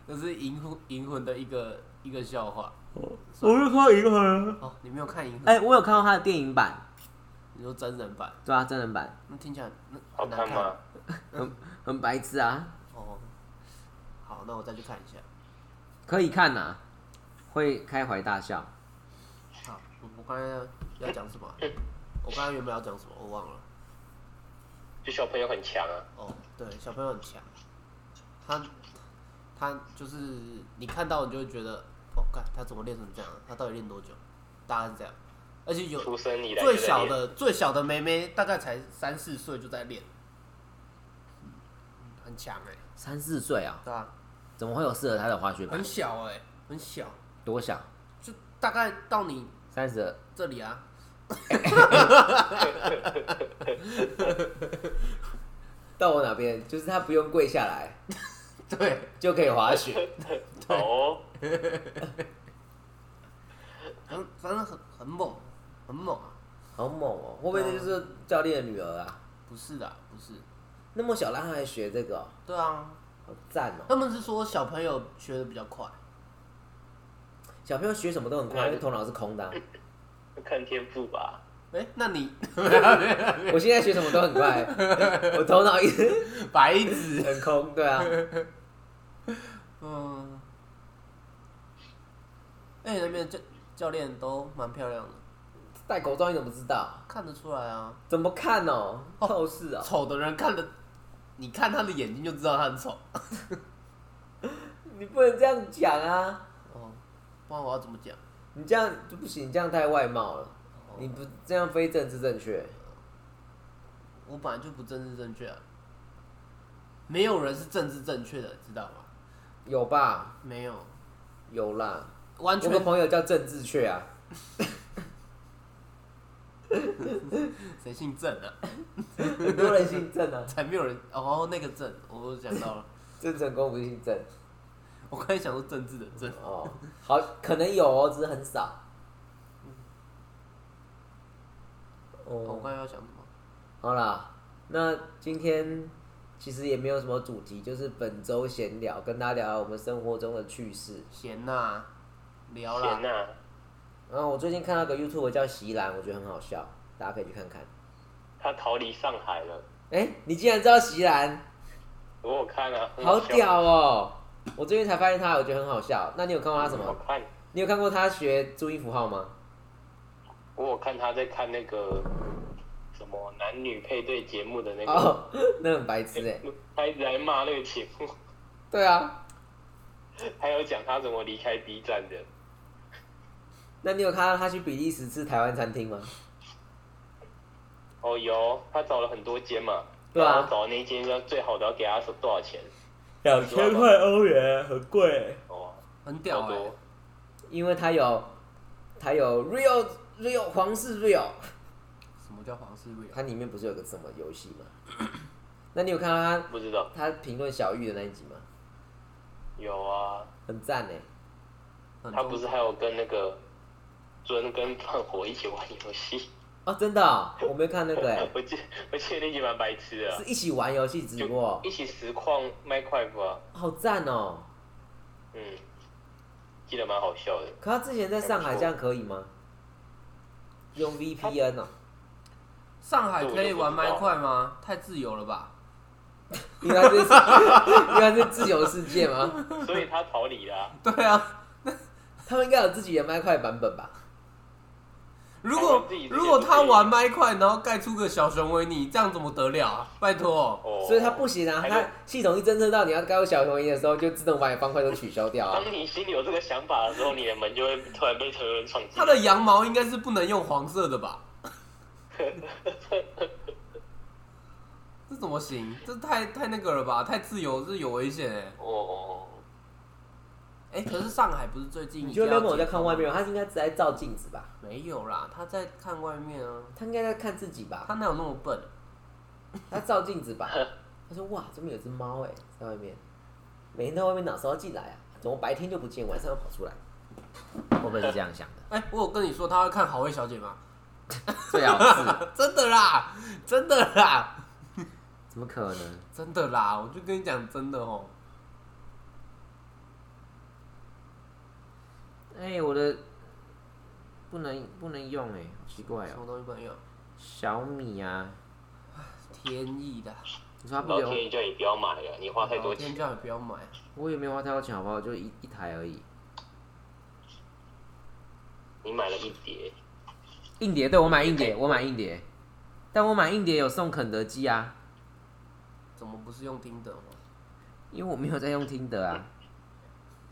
Speaker 4: 那是银魂银魂的一个一个笑话
Speaker 2: 我就看银魂。
Speaker 4: 哦，你没有看银魂，
Speaker 2: 哎、我有看到他的电影版，
Speaker 4: 你说真人版，
Speaker 2: 对啊，真人版
Speaker 4: 那听起来那
Speaker 3: 好
Speaker 4: 很难
Speaker 3: 看吗？
Speaker 2: 很白痴啊，
Speaker 4: 哦，好，那我再去看一下。
Speaker 2: 可以看呐、啊，会开怀大笑。
Speaker 4: 好，我我刚才要要讲什么啊？我刚才原本要讲什么？我忘了。
Speaker 3: 就小朋友很强啊，
Speaker 4: 哦，对，小朋友很强，他他就是你看到你就会觉得，哦，看他怎么练成这样啊、他到底练多久？大概是这样，而且有
Speaker 3: 出生以来
Speaker 4: 最
Speaker 3: 就在
Speaker 4: 小
Speaker 3: 练
Speaker 4: 的最小的妹妹大概才三四岁就在练，嗯很强哎、
Speaker 2: 三四岁啊，
Speaker 4: 对啊，
Speaker 2: 怎么会有适合他的滑雪板
Speaker 4: 很？小哎、很小，
Speaker 2: 多小？
Speaker 4: 就大概到你
Speaker 2: 三十二？
Speaker 4: 这里啊。
Speaker 2: 到我哪边？就是他不用跪下来
Speaker 4: 对，
Speaker 2: 就可以滑雪。
Speaker 4: [laughs]
Speaker 2: [laughs]
Speaker 3: 好哦，
Speaker 4: 反正反正很很猛，很猛啊！
Speaker 2: 好猛
Speaker 4: 嗯
Speaker 2: 哦、会不会这就是教练的女儿啊？
Speaker 4: 不是的，不是，
Speaker 2: 那么小让他还学这个哦、
Speaker 4: 对啊，
Speaker 2: 好赞哦、
Speaker 4: 他们是说小朋友学的比较快，
Speaker 2: 小朋友学什么都很
Speaker 4: 嗯
Speaker 2: 快，因为头脑是
Speaker 4: [laughs]
Speaker 2: 空的啊、
Speaker 3: 看天赋吧。
Speaker 4: 哎、那你 [laughs]
Speaker 2: 我现在学什么都很快，我头脑一直
Speaker 4: 白纸，
Speaker 2: 很空，对啊。
Speaker 4: 嗯，哎、那边教教练都蛮漂亮的，
Speaker 2: 戴口罩你怎么知道？
Speaker 4: 看得出来啊，
Speaker 2: 怎么看哦？
Speaker 4: 哦
Speaker 2: 透视哦，
Speaker 4: 丑的人看的，你看他的眼睛就知道他很丑。
Speaker 2: 你不能这样讲啊！
Speaker 4: 哦，不然我要怎么讲？
Speaker 2: 你这样就不行，你这样太外貌了，你不这样非政治正确。
Speaker 4: 我本来就不政治正确啊，没有人是政治正确的，知道吗？
Speaker 2: 有吧？
Speaker 4: 没有，
Speaker 2: 有啦，
Speaker 4: 完
Speaker 2: 我
Speaker 4: 全
Speaker 2: 有个朋友叫郑志确啊，
Speaker 4: 谁姓郑啊？
Speaker 2: 很多人姓郑啊，
Speaker 4: 才没有人哦，那个郑，我想到
Speaker 3: [laughs]
Speaker 4: 了，
Speaker 2: 郑成功不是姓郑
Speaker 4: 我刚才想说政治的政，
Speaker 2: 哦，好，可能有哦，只是很少。
Speaker 4: 我
Speaker 2: 哦，
Speaker 4: 刚才要想什么？
Speaker 2: 好啦，那今天其实也没有什么主题，就是本周闲聊，跟大家聊聊我们生活中的趣事。
Speaker 4: 闲呐、聊啦
Speaker 3: 天，呐，
Speaker 2: 然后我最近看到一个 YouTube 叫席兰，我觉得很好笑，大家可以去看看。
Speaker 3: 他逃离上海了。
Speaker 2: 哎、你竟然知道席兰，
Speaker 3: 我有看啊，很
Speaker 2: 好
Speaker 3: 笑，
Speaker 2: 屌哦！我最近才发现他，我觉得很好笑。那你有看过他什
Speaker 3: 好
Speaker 2: 啊么？
Speaker 3: 看。
Speaker 2: 你有看过他学注音符号吗？
Speaker 3: 我有看他在看那个什么男女配对节目的那个，
Speaker 2: 哦， [laughs] 那很白痴哎、
Speaker 3: 他一直在骂那个节目， [laughs]
Speaker 2: 对啊，
Speaker 3: 还有讲他怎么离开 B 站的。
Speaker 2: 那你有看到他去比利时吃台湾餐厅吗？
Speaker 3: 哦，有，他找了很多间嘛，
Speaker 2: 对啊
Speaker 3: 然后找那间要最好的，要给他说多少钱？
Speaker 2: 两
Speaker 3: 千块
Speaker 2: 欧元，很贵、
Speaker 3: 哦，
Speaker 4: 很屌
Speaker 3: 好
Speaker 4: 哎、
Speaker 2: 欸
Speaker 3: 多。
Speaker 2: 因为他有，他有 Real Real 皇室 Real，
Speaker 4: 什么叫皇室瑞尔？啊
Speaker 2: 它里面不是有个什么游戏吗？那你有看到他
Speaker 3: 不知道，
Speaker 2: 他评论小玉的那一集吗？
Speaker 3: 有啊，
Speaker 2: 很赞哎、
Speaker 4: 很
Speaker 3: 他
Speaker 4: 中
Speaker 3: 不是还有跟那个尊跟胖虎一起玩游戏？
Speaker 2: 哦，真的哦、我没有看那个哎、
Speaker 3: 我记我记得那集蛮白痴的啊、
Speaker 2: 是一起玩游戏直播
Speaker 3: 就，一起实况麦块吧，
Speaker 2: 好赞哦、
Speaker 3: 嗯，记得蛮好笑的。
Speaker 2: 可他之前在上海这样可以吗？用 VPN 哦、
Speaker 4: 上海可以玩
Speaker 3: 这我就不知道
Speaker 4: 麦块吗？太自由了吧？
Speaker 2: 因为他是 [laughs] 因为他是自由世界吗？
Speaker 3: 所以他逃离啦、
Speaker 4: 对啊，
Speaker 2: 他们应该有自己的麦块版本吧？
Speaker 4: 如果
Speaker 3: 他哎们自己的
Speaker 4: 如果他玩麦块，然后盖出个小熊维尼，这样怎么得了啊？拜托，
Speaker 3: 哦，
Speaker 2: 所以他不行啊，
Speaker 3: 还
Speaker 2: 他
Speaker 3: 是
Speaker 2: 系统一侦测到你要该有小熊音的时候，就自动把你方块都取消掉啊。
Speaker 3: 当你心里有这个想法的时候，你的门就会突然被成人闯进。
Speaker 4: 他的羊毛应该是不能用黄色的吧？
Speaker 3: [laughs]
Speaker 4: 这怎么行？这太太那个了吧？太自由，这有危险哎、
Speaker 3: 哦，
Speaker 4: 哎、可是上海不是最近
Speaker 5: 你觉得
Speaker 4: 一定要
Speaker 5: Lemon 在
Speaker 4: 解
Speaker 5: 看
Speaker 4: 封
Speaker 5: 外面
Speaker 4: 吗
Speaker 5: 吗？他应该只在照镜子吧？
Speaker 4: 没有啦，他在看外面啊，
Speaker 5: 他应该在看自己吧？
Speaker 4: 他哪有那么笨？
Speaker 5: 他照镜子吧，他说哇，这边有只猫哎，在外面，每天在外面哪时候进来啊？怎么白天就不见，晚上又跑出来？
Speaker 2: 会不会是这样想的？
Speaker 4: 哎、我有跟你说他会看好味小姐吗？
Speaker 2: 最好是，
Speaker 4: [laughs] 真的啦，真的啦，
Speaker 2: 怎么可能？
Speaker 4: 真的啦，我就跟你讲真的哦。
Speaker 2: 哎、我的不能不能用哎、好奇怪
Speaker 4: 什
Speaker 2: 哦、
Speaker 4: 么东西不能用？
Speaker 2: 小米啊，
Speaker 4: 天意的，
Speaker 2: 你说它不
Speaker 3: 老
Speaker 2: 留，
Speaker 3: 天爷叫你不要买了，你花太多
Speaker 4: 老天
Speaker 3: 钱。
Speaker 4: 叫你不要买。
Speaker 2: 我也没有花太多钱好不好？就一一台而已。
Speaker 3: 你买了一叠，
Speaker 2: 硬碟，对我买硬碟，我买硬碟，但我买硬碟有送肯德基啊，
Speaker 4: 怎么不是用听的？
Speaker 2: 因为我没有在用听的啊，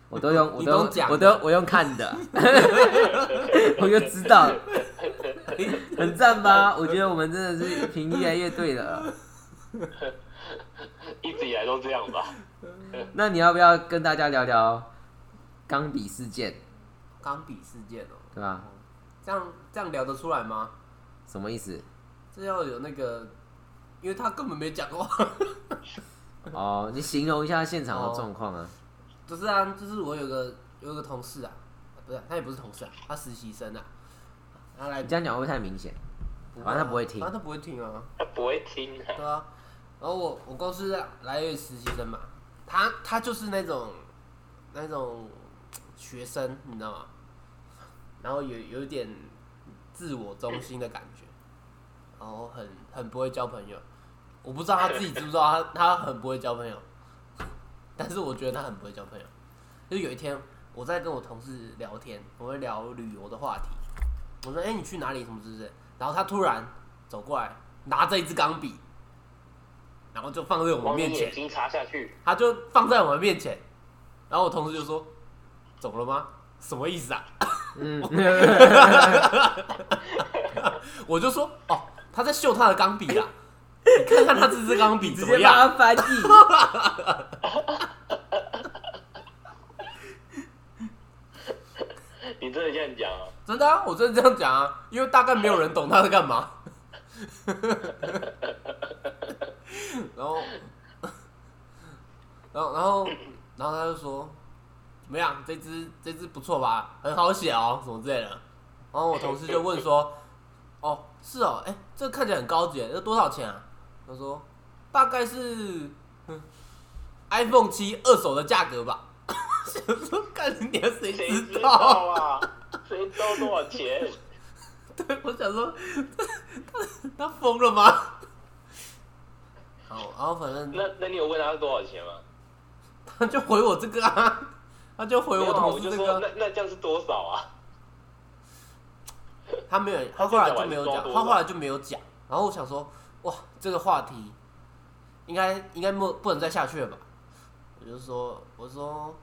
Speaker 2: 我都用，我
Speaker 4: 你
Speaker 2: 都
Speaker 4: 都讲
Speaker 2: 用，
Speaker 4: 的
Speaker 2: 我都我用看的， [laughs] 我就知道了，很赞吧？我觉得我们真的是频越来越对了。
Speaker 3: [laughs] 一直以来都这样吧。
Speaker 2: 那你要不要跟大家聊聊钢笔事件，
Speaker 4: 钢笔事件哦、
Speaker 2: 对吧？
Speaker 4: 这样这样聊得出来吗？
Speaker 2: 什么意思？
Speaker 4: 这要有那个，因为他根本没讲话。 [laughs]
Speaker 2: 哦，你形容一下现场的状况啊。
Speaker 4: 不是啊，就是我有个有个同事啊，不是他也不是同事啊，他实习生啊，他来
Speaker 2: 你这样讲会不会太明显？反正他不会啊听
Speaker 4: 反。正他不会听啊。
Speaker 3: 他不会听啊，
Speaker 4: 对啊，然后我我公司来一位实习生嘛，他他就是那种那种学生，你知道吗？然后有有一点自我中心的感觉，然后很很不会交朋友。我不知道他自己知不知道他他很不会交朋友，但是我觉得他很不会交朋友。就有一天我在跟我同事聊天，我会聊旅游的话题，我说：“哎、你去哪里？什么之类的。”然后他突然走过来，拿着一支钢笔，然后就放在我们
Speaker 3: 往你
Speaker 4: 面前
Speaker 3: 眼，睛插下去，
Speaker 4: 他就放在我们面前，然后我同事就说：“怎么了吗？什么意思啊
Speaker 2: [laughs] 嗯，？”
Speaker 4: 我就说：“哦，他在秀他的钢笔啦，你看看他这支钢笔
Speaker 2: 直
Speaker 4: 怎么
Speaker 2: 接帮
Speaker 4: 样
Speaker 2: 他翻译。
Speaker 3: 你真的这样讲啊？？”
Speaker 4: 真的啊，我真的这样讲啊，因为大概没有人懂他在干嘛。然后，然后，然后，然后他就说：“怎么样？这支这支不错吧？很好写哦，什么之类的。”然后我同事就问说：“哦，是哦，哎，这个看起来很高级，这多少钱啊？”他说：“大概是嗯 iPhone 七二手的价格吧。” [laughs] 想说看你娘谁
Speaker 3: 谁
Speaker 4: 知
Speaker 3: 知
Speaker 4: 道
Speaker 3: 道
Speaker 4: 啊？
Speaker 3: 啊？谁知道多少钱？
Speaker 4: [laughs] 对，我想说，他他疯了吗？ [laughs] 好，然后反正
Speaker 3: 那那你有问他多少钱吗？
Speaker 4: 他就回我这个啊，他就回
Speaker 3: 没有
Speaker 4: 我
Speaker 3: 啊，
Speaker 4: 同
Speaker 3: 我
Speaker 4: 事
Speaker 3: 就
Speaker 4: 这
Speaker 3: 说
Speaker 4: 个
Speaker 3: 那
Speaker 4: 啊，
Speaker 3: 那这样是多少啊？
Speaker 4: 他没有，他后来就没有
Speaker 3: 他现在玩
Speaker 4: 讲，
Speaker 3: 多
Speaker 4: 他后来就没有讲。然后我想说，哇，这个话题应该应该不不能再下去了吧？我就说，我说，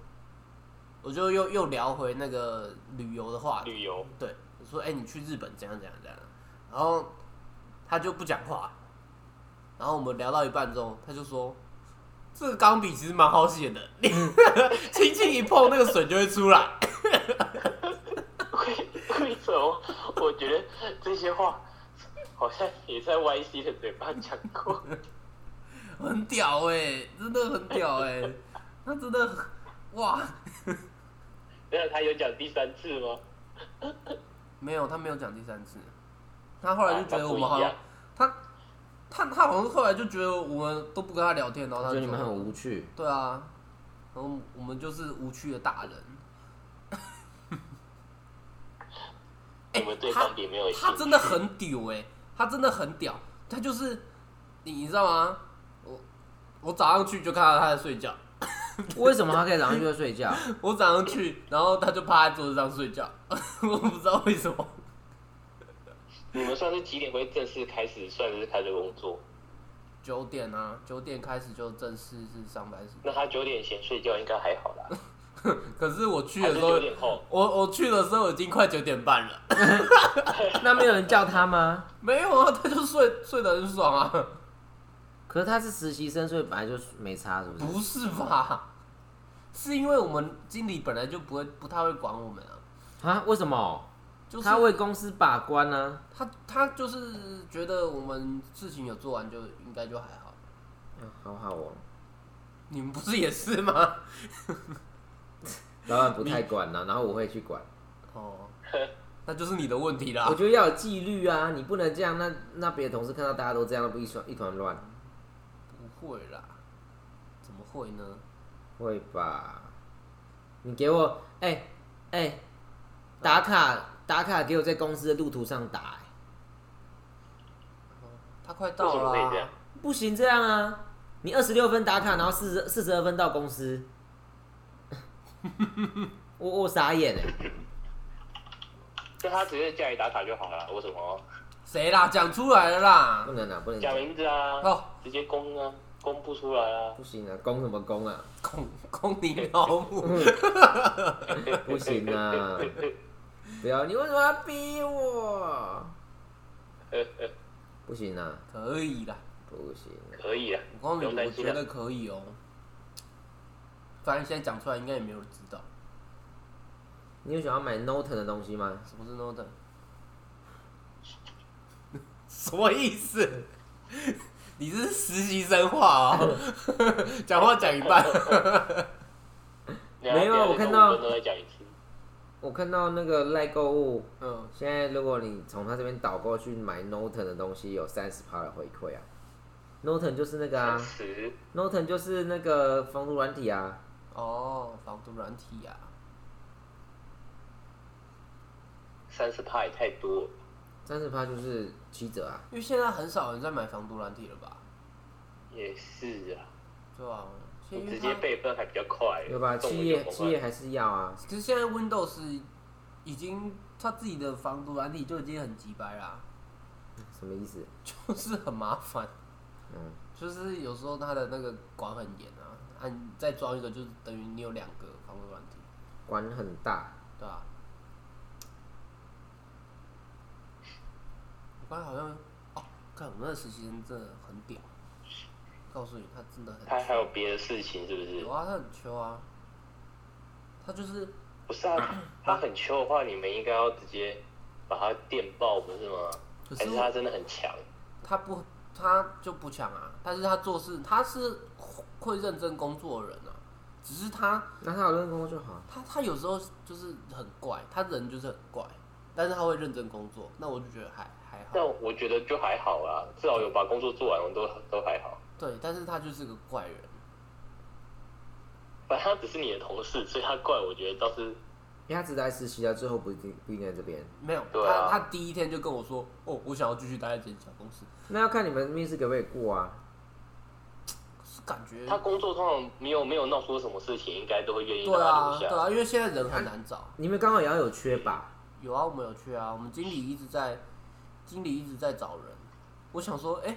Speaker 4: 我就又又聊回那个旅游的话题。
Speaker 3: 旅游 [laughs]
Speaker 4: 对，我说哎、你去日本怎样怎样怎样，然后他就不讲话，然后我们聊到一半之后，他就说这个钢笔其实蛮好写的， [laughs] 你轻轻一碰那个水就会出来。
Speaker 3: 为为什么？我觉得这些话好像也在 YC 的嘴巴讲
Speaker 4: [laughs]
Speaker 3: 过。
Speaker 4: 很屌哎、真的很屌哎、他真的很哇，
Speaker 3: 那他有讲第三次吗？
Speaker 4: 没有，他没有讲第三次，他后来就觉
Speaker 3: 啊
Speaker 4: 得
Speaker 3: 那
Speaker 4: 我
Speaker 3: 不
Speaker 4: 们好
Speaker 3: 一
Speaker 4: 像
Speaker 3: 样。
Speaker 4: 他他他好像后来就觉得我们都不跟他聊天，然后
Speaker 2: 觉
Speaker 4: 他
Speaker 2: 得
Speaker 4: 就
Speaker 2: 你们很无趣。
Speaker 4: 对啊，然后我们就是无趣的大人。
Speaker 3: 我们对钢笔没有兴趣。
Speaker 4: 哎他真的很屌哎、他真的很屌，他就是你你知道吗？我我早上去就看到他在睡觉， [laughs]
Speaker 2: 为什么他可以早上就睡觉？
Speaker 4: 我早上去，然后他就趴在桌子上睡觉， [laughs] 我不知道为什么。
Speaker 3: 你们算是几点会正式开始算是开始工作？
Speaker 4: 九点啊，九点开始就正式是上班时间。
Speaker 3: 那他九点前睡觉应该还好啦，
Speaker 4: 可是我去
Speaker 3: 还
Speaker 4: 的
Speaker 3: 是
Speaker 4: 时候
Speaker 3: 啊九，点后？
Speaker 4: 我我去的时候已经快九点半了。 [laughs]
Speaker 2: 那没有人叫他吗？
Speaker 4: 没有啊，他就睡睡得很爽啊。
Speaker 2: 可是他是实习生，所以本来就没差，是不是？
Speaker 4: 不是吧？是因为我们经理本来就不会不太会管我们啊，
Speaker 6: 啊？为什么？
Speaker 4: 就是
Speaker 6: 他为公司把关
Speaker 2: 啊
Speaker 6: 呢、
Speaker 4: 他他就是觉得我们事情有做完就应该就还好。
Speaker 2: 嗯好好哦，
Speaker 4: 你们不是也是吗？
Speaker 2: 老板不太管了、然后我会去管。
Speaker 3: [laughs]
Speaker 4: 哦，那就是你的问题啦
Speaker 2: 我。觉得要有纪律啊，你不能这样，那那别的同事看到大家都这样，不一团一团乱，
Speaker 4: 不会啦，怎么会呢？
Speaker 2: 会吧？你给我，哎、哎、打卡打卡，给我在公司的路途上打、哎
Speaker 4: 他快
Speaker 3: 为
Speaker 4: 到
Speaker 3: 什么
Speaker 4: 了
Speaker 3: 可以这
Speaker 4: 啊、
Speaker 3: 样？
Speaker 2: 不行这样啊！你二十六分打卡，然后四十四十二分到公司， [laughs] 我我傻眼哎、
Speaker 3: 就他直接叫你打卡就好了，为什么啊
Speaker 4: 谁啦？讲出来了啦
Speaker 2: 不！
Speaker 3: 嗯
Speaker 2: 能啊，不能
Speaker 3: 讲
Speaker 2: 讲，
Speaker 3: 名字啊？
Speaker 4: 嗯哦
Speaker 3: 直接公啊，公布出来啊！
Speaker 2: 不行啊，攻什么攻啊？
Speaker 4: 恐恐你老
Speaker 3: 嗯
Speaker 4: 母！
Speaker 2: 不行啊！不要，你为什么要逼我？不行啊，
Speaker 4: [laughs] 可以啦，
Speaker 2: 不行啊！
Speaker 3: 可以啊，
Speaker 4: 我告诉
Speaker 3: 不用
Speaker 4: 你，我
Speaker 3: 担心
Speaker 4: 觉
Speaker 3: 啊
Speaker 4: 得可以哦、反正现在讲出来，应该也没有人知道
Speaker 2: 你有想要买 Note 的东西吗？
Speaker 4: 什么是 note，什么意思？ [laughs] 你这是实习生话 [laughs] 哦、讲话讲一半。
Speaker 3: 没啊
Speaker 2: 没有
Speaker 4: 啊
Speaker 2: 我看到
Speaker 3: 都在讲一次，
Speaker 2: 我看到那个赖购物，
Speaker 4: [laughs] 嗯，
Speaker 2: 现在如果你从他这边导购去买 Note 的东西，有三十趴的回馈啊。Note 就是那个啊
Speaker 3: 十
Speaker 2: ，Note 就是那个防毒软体啊。
Speaker 4: 哦，防毒软体呀、
Speaker 3: 三十趴也太多了，
Speaker 2: 三十趴就是七折啊，
Speaker 4: 因为现在很少人在买防毒软体了吧？
Speaker 3: 也是啊，
Speaker 4: 对吧、啊？现
Speaker 3: 你
Speaker 4: 在因
Speaker 3: 直
Speaker 4: 为
Speaker 3: 接
Speaker 4: 它
Speaker 3: 备份还比较快，
Speaker 2: 对吧？
Speaker 3: 动不
Speaker 2: 企
Speaker 3: 动
Speaker 2: 业
Speaker 3: 就
Speaker 2: 企业还是要啊，
Speaker 4: 可是现在 Windows 已经它自己的防毒软体就已经很鸡掰啦，
Speaker 2: 什么意思？
Speaker 4: 就是很麻烦，
Speaker 2: 嗯，
Speaker 4: 就是有时候它的那个管很严啊，啊你再装一个就是等于你有两个防毒软体，
Speaker 2: 管很大，
Speaker 4: 对吧、啊我刚才好像哦，看我们那个实习生真的很屌，告诉你他真的很
Speaker 3: 他还
Speaker 4: 屌
Speaker 3: 有别的事情是不是
Speaker 4: 有？啊，他很秋啊，他就是
Speaker 3: 不
Speaker 4: [coughs]
Speaker 3: 是啊，他很秋的话，你们应该要直接把他电爆，不是吗？
Speaker 4: 可是
Speaker 3: 还是他真的很强？
Speaker 4: 他不他就不抢啊，但是他做事他是会认真工作的人啊，只是他
Speaker 2: 那他有认真工作就好。
Speaker 4: 他他有时候就是很怪，他人就是很怪，但是他会认真工作，那我就觉得还还
Speaker 3: 但
Speaker 4: 好，
Speaker 3: 我觉得就还好啦，至少有把工作做完，我都都还好。
Speaker 4: 对，但是他就是个怪人，
Speaker 3: 反正他只是你的同事，所以他怪，我觉得倒是
Speaker 2: 因为他只来实习啊，最后不一定不一定在这边。
Speaker 4: 没有，
Speaker 3: 对啊
Speaker 4: 他他第一天就跟我说，哦，我想要继续待在这间小公司，
Speaker 2: 那要看你们面试可不可以过啊？
Speaker 4: 是感觉
Speaker 3: 他工作通常没有没有闹出什么事情，应该都会愿意
Speaker 4: 对
Speaker 3: 让他
Speaker 4: 啊
Speaker 3: 留下。 [laughs]
Speaker 4: 对啊，因为现在人很难找。
Speaker 2: 你们刚好也要有缺吧？
Speaker 4: 有啊，我们有去啊，我们经理一直在，经理一直在找人。我想说，哎、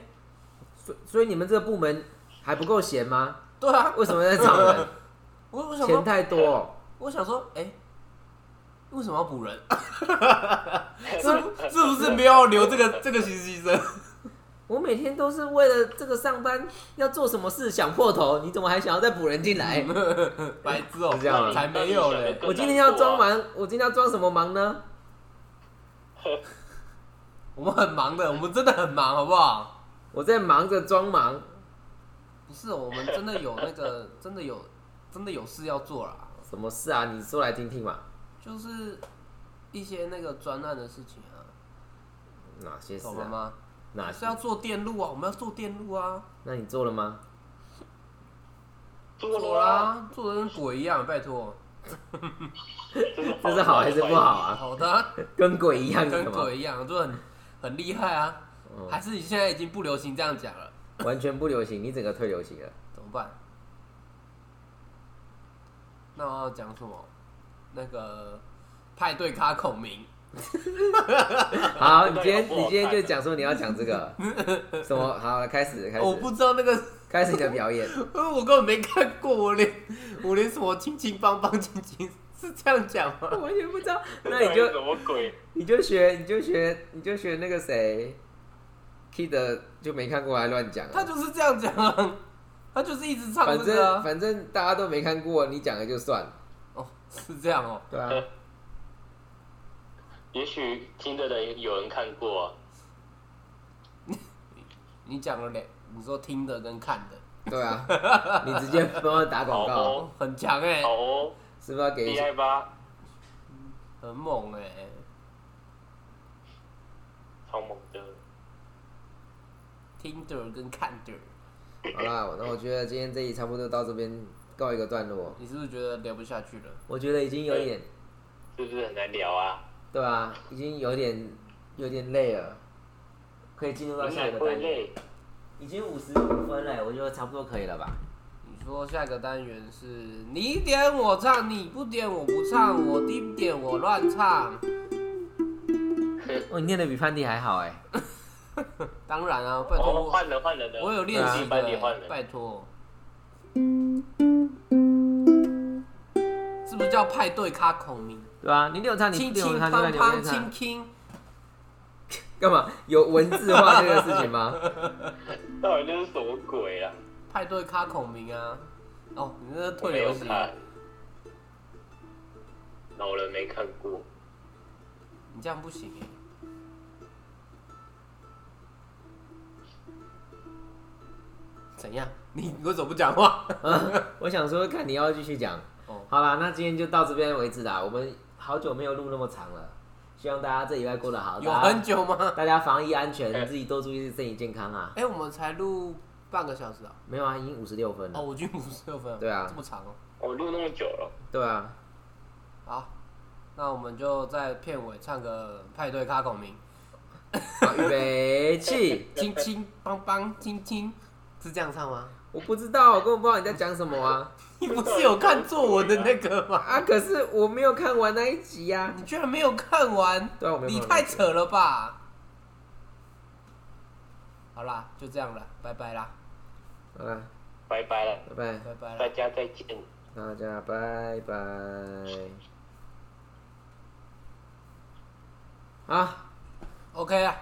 Speaker 2: 所所以你们这个部门还不够闲吗？
Speaker 4: 对啊，
Speaker 2: 为什么在找
Speaker 4: [laughs]
Speaker 2: 人？
Speaker 4: 我我想
Speaker 2: 钱
Speaker 4: 说，
Speaker 2: 太多哦、
Speaker 4: 我想说，哎、为什么要补人？是不是不是没有要留这个这个实习生？ [laughs]
Speaker 2: 我每天都是为了这个上班，要做什么事想破头，你怎么还想要再补人进
Speaker 4: [laughs]
Speaker 2: 来？
Speaker 4: 白痴哦、
Speaker 2: 是这样啊
Speaker 4: 才没有嘞、
Speaker 2: 我今天要装忙，
Speaker 4: 啊
Speaker 2: 我今天要装什么忙呢？
Speaker 4: 我们很忙的，我们真的很忙，好不好？
Speaker 2: 我在忙着装忙，
Speaker 4: 不是，哦我们真的有那个，真的有，真的有事要做啦，
Speaker 2: 什么事啊？你说来听听嘛。
Speaker 4: 就是一些那个专案的事情啊，
Speaker 2: 哪些事
Speaker 4: 懂了
Speaker 2: 啊？
Speaker 4: 吗？
Speaker 2: 哪
Speaker 4: 是
Speaker 2: 些
Speaker 4: 要？做电路啊，我们要做电路啊。
Speaker 2: 那你做了吗？
Speaker 3: 做
Speaker 4: 做
Speaker 3: 了啊，
Speaker 4: 啦，做的跟鬼一样，拜托。啊
Speaker 2: 这是好还是不好？啊？
Speaker 4: 好的啊，
Speaker 2: 跟鬼一样是
Speaker 4: 跟
Speaker 2: 吗？哦
Speaker 4: 鬼一样，就很很厉害啊。还是你现在已经不流行这样讲了，
Speaker 2: 完全不流行，你整个退流行了。
Speaker 4: 怎么办？那我要讲什么？那个派对咖孔明，
Speaker 2: 好，你今天你今天就讲说你要讲这个什么？好，开始开始，
Speaker 4: 我不知道那个， [laughs]
Speaker 2: 开始你的表演。
Speaker 4: 我根本没看过，我连我连什么亲亲邦邦亲亲是这样讲吗
Speaker 2: 我？完全不知道，那
Speaker 3: 那
Speaker 2: 你
Speaker 3: 你就
Speaker 2: 就
Speaker 3: 什么鬼？
Speaker 2: [laughs] 你就学，你就学，你就学那个谁，Kid 就没看过来乱讲、
Speaker 4: 他
Speaker 2: 啊。
Speaker 4: 就是这样讲啊。他就是一直唱
Speaker 2: 反
Speaker 4: 这个
Speaker 2: 正
Speaker 4: 啊。
Speaker 2: 反正大家都没看过，你讲了就算，
Speaker 4: 哦，是这样哦，
Speaker 2: 对啊，
Speaker 3: 也许听的人有人看过、啊，
Speaker 4: 你讲了两，你说听的跟看的，
Speaker 2: 对啊，你直接帮他打广
Speaker 3: 好
Speaker 2: 告
Speaker 3: 哦，
Speaker 4: 很强哎、
Speaker 3: 好哦，
Speaker 2: 是不是要给一
Speaker 3: 厉
Speaker 2: 些
Speaker 3: 害吧？
Speaker 4: 很猛哎、
Speaker 3: 超猛的，
Speaker 4: 听的跟看的，
Speaker 2: 好啦，那我觉得今天这集差不多到这边告一个段落。
Speaker 4: 你是不是觉得聊不下去了？
Speaker 2: 我觉得已经有点，
Speaker 3: 是不是很难聊啊？
Speaker 2: 对啊，已经有点有点累了。
Speaker 7: 可以进
Speaker 4: 啊
Speaker 7: 入到
Speaker 3: 你
Speaker 7: 下一
Speaker 3: 也
Speaker 7: 个
Speaker 3: 会
Speaker 7: 单元。
Speaker 3: 累，
Speaker 7: 已经五十五分了，我觉得差不多可以了吧？
Speaker 4: 你说下个单元是你点我唱，你不点我不唱，我低点我乱唱。
Speaker 7: 哦，你念的比潘迪还好哎、
Speaker 4: 当然啊，拜托
Speaker 3: 哦，
Speaker 4: [laughs] 我，
Speaker 3: 换人换人了，啊
Speaker 4: 我有练习的
Speaker 3: 班里
Speaker 4: 欸、
Speaker 3: 换人，
Speaker 4: 拜托。是不是叫派对卡孔明？
Speaker 7: 对吧、啊？你六唱，你
Speaker 4: 轻
Speaker 7: 不点我
Speaker 4: 轻
Speaker 7: 唱，你
Speaker 4: 胖
Speaker 7: 点我
Speaker 4: 胖，
Speaker 7: 唱
Speaker 4: 轻。轻。
Speaker 2: 干嘛有文字化这个事
Speaker 4: [laughs]
Speaker 2: 情吗？
Speaker 3: 到底那是什么鬼啊？
Speaker 4: 派对卡孔明啊！哦，你这是
Speaker 3: 我
Speaker 4: 退
Speaker 3: 没有
Speaker 4: 流行，
Speaker 3: 看，老人没看过，
Speaker 4: 你这样不行欸耶。怎样？你你为什么不讲话？
Speaker 2: 啊我想说，看你要继续讲。
Speaker 4: 哦
Speaker 2: 好啦，那今天就到这边为止啦。我们好久没有录那么长了，希望大家这礼拜过得好。啊
Speaker 4: 有
Speaker 2: 大家
Speaker 4: 很久吗？
Speaker 2: 大家防疫安全，
Speaker 3: 哎
Speaker 2: 自己多注意身体健康啊。
Speaker 4: 哎、我们才录半个小时啊！
Speaker 2: 没有啊，已经五十六分
Speaker 4: 哦，
Speaker 2: 了。
Speaker 4: 我已经五十六分了，
Speaker 2: 对啊
Speaker 4: 这么长哦。
Speaker 3: 我录那么久了，
Speaker 2: 对啊，
Speaker 4: 好，那我们就在片尾唱个派对卡孔
Speaker 3: [laughs]
Speaker 4: 明，
Speaker 2: 好，预备起。
Speaker 4: 轻轻邦邦轻轻，是这样唱
Speaker 3: [laughs]
Speaker 4: 吗？
Speaker 2: 我不知道，我根本不知道你在讲什么啊
Speaker 4: 你不是有看作文的那个吗？
Speaker 2: 啊！可是我没有看完那一集啊呀、
Speaker 4: 你居然没有看完？
Speaker 2: 对啊我没有
Speaker 4: 你
Speaker 2: 看完
Speaker 4: 太扯了吧！好啦，就这样了，拜拜啦，
Speaker 2: 啊。好啦，
Speaker 3: 拜拜了，
Speaker 2: 拜拜，
Speaker 4: 拜拜
Speaker 3: 大
Speaker 4: 啦。
Speaker 3: 家再见。
Speaker 2: 大家拜拜。啊，
Speaker 4: OK 啊，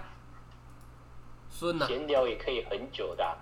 Speaker 4: 孙呐、
Speaker 3: 闲聊也可以很久的啊、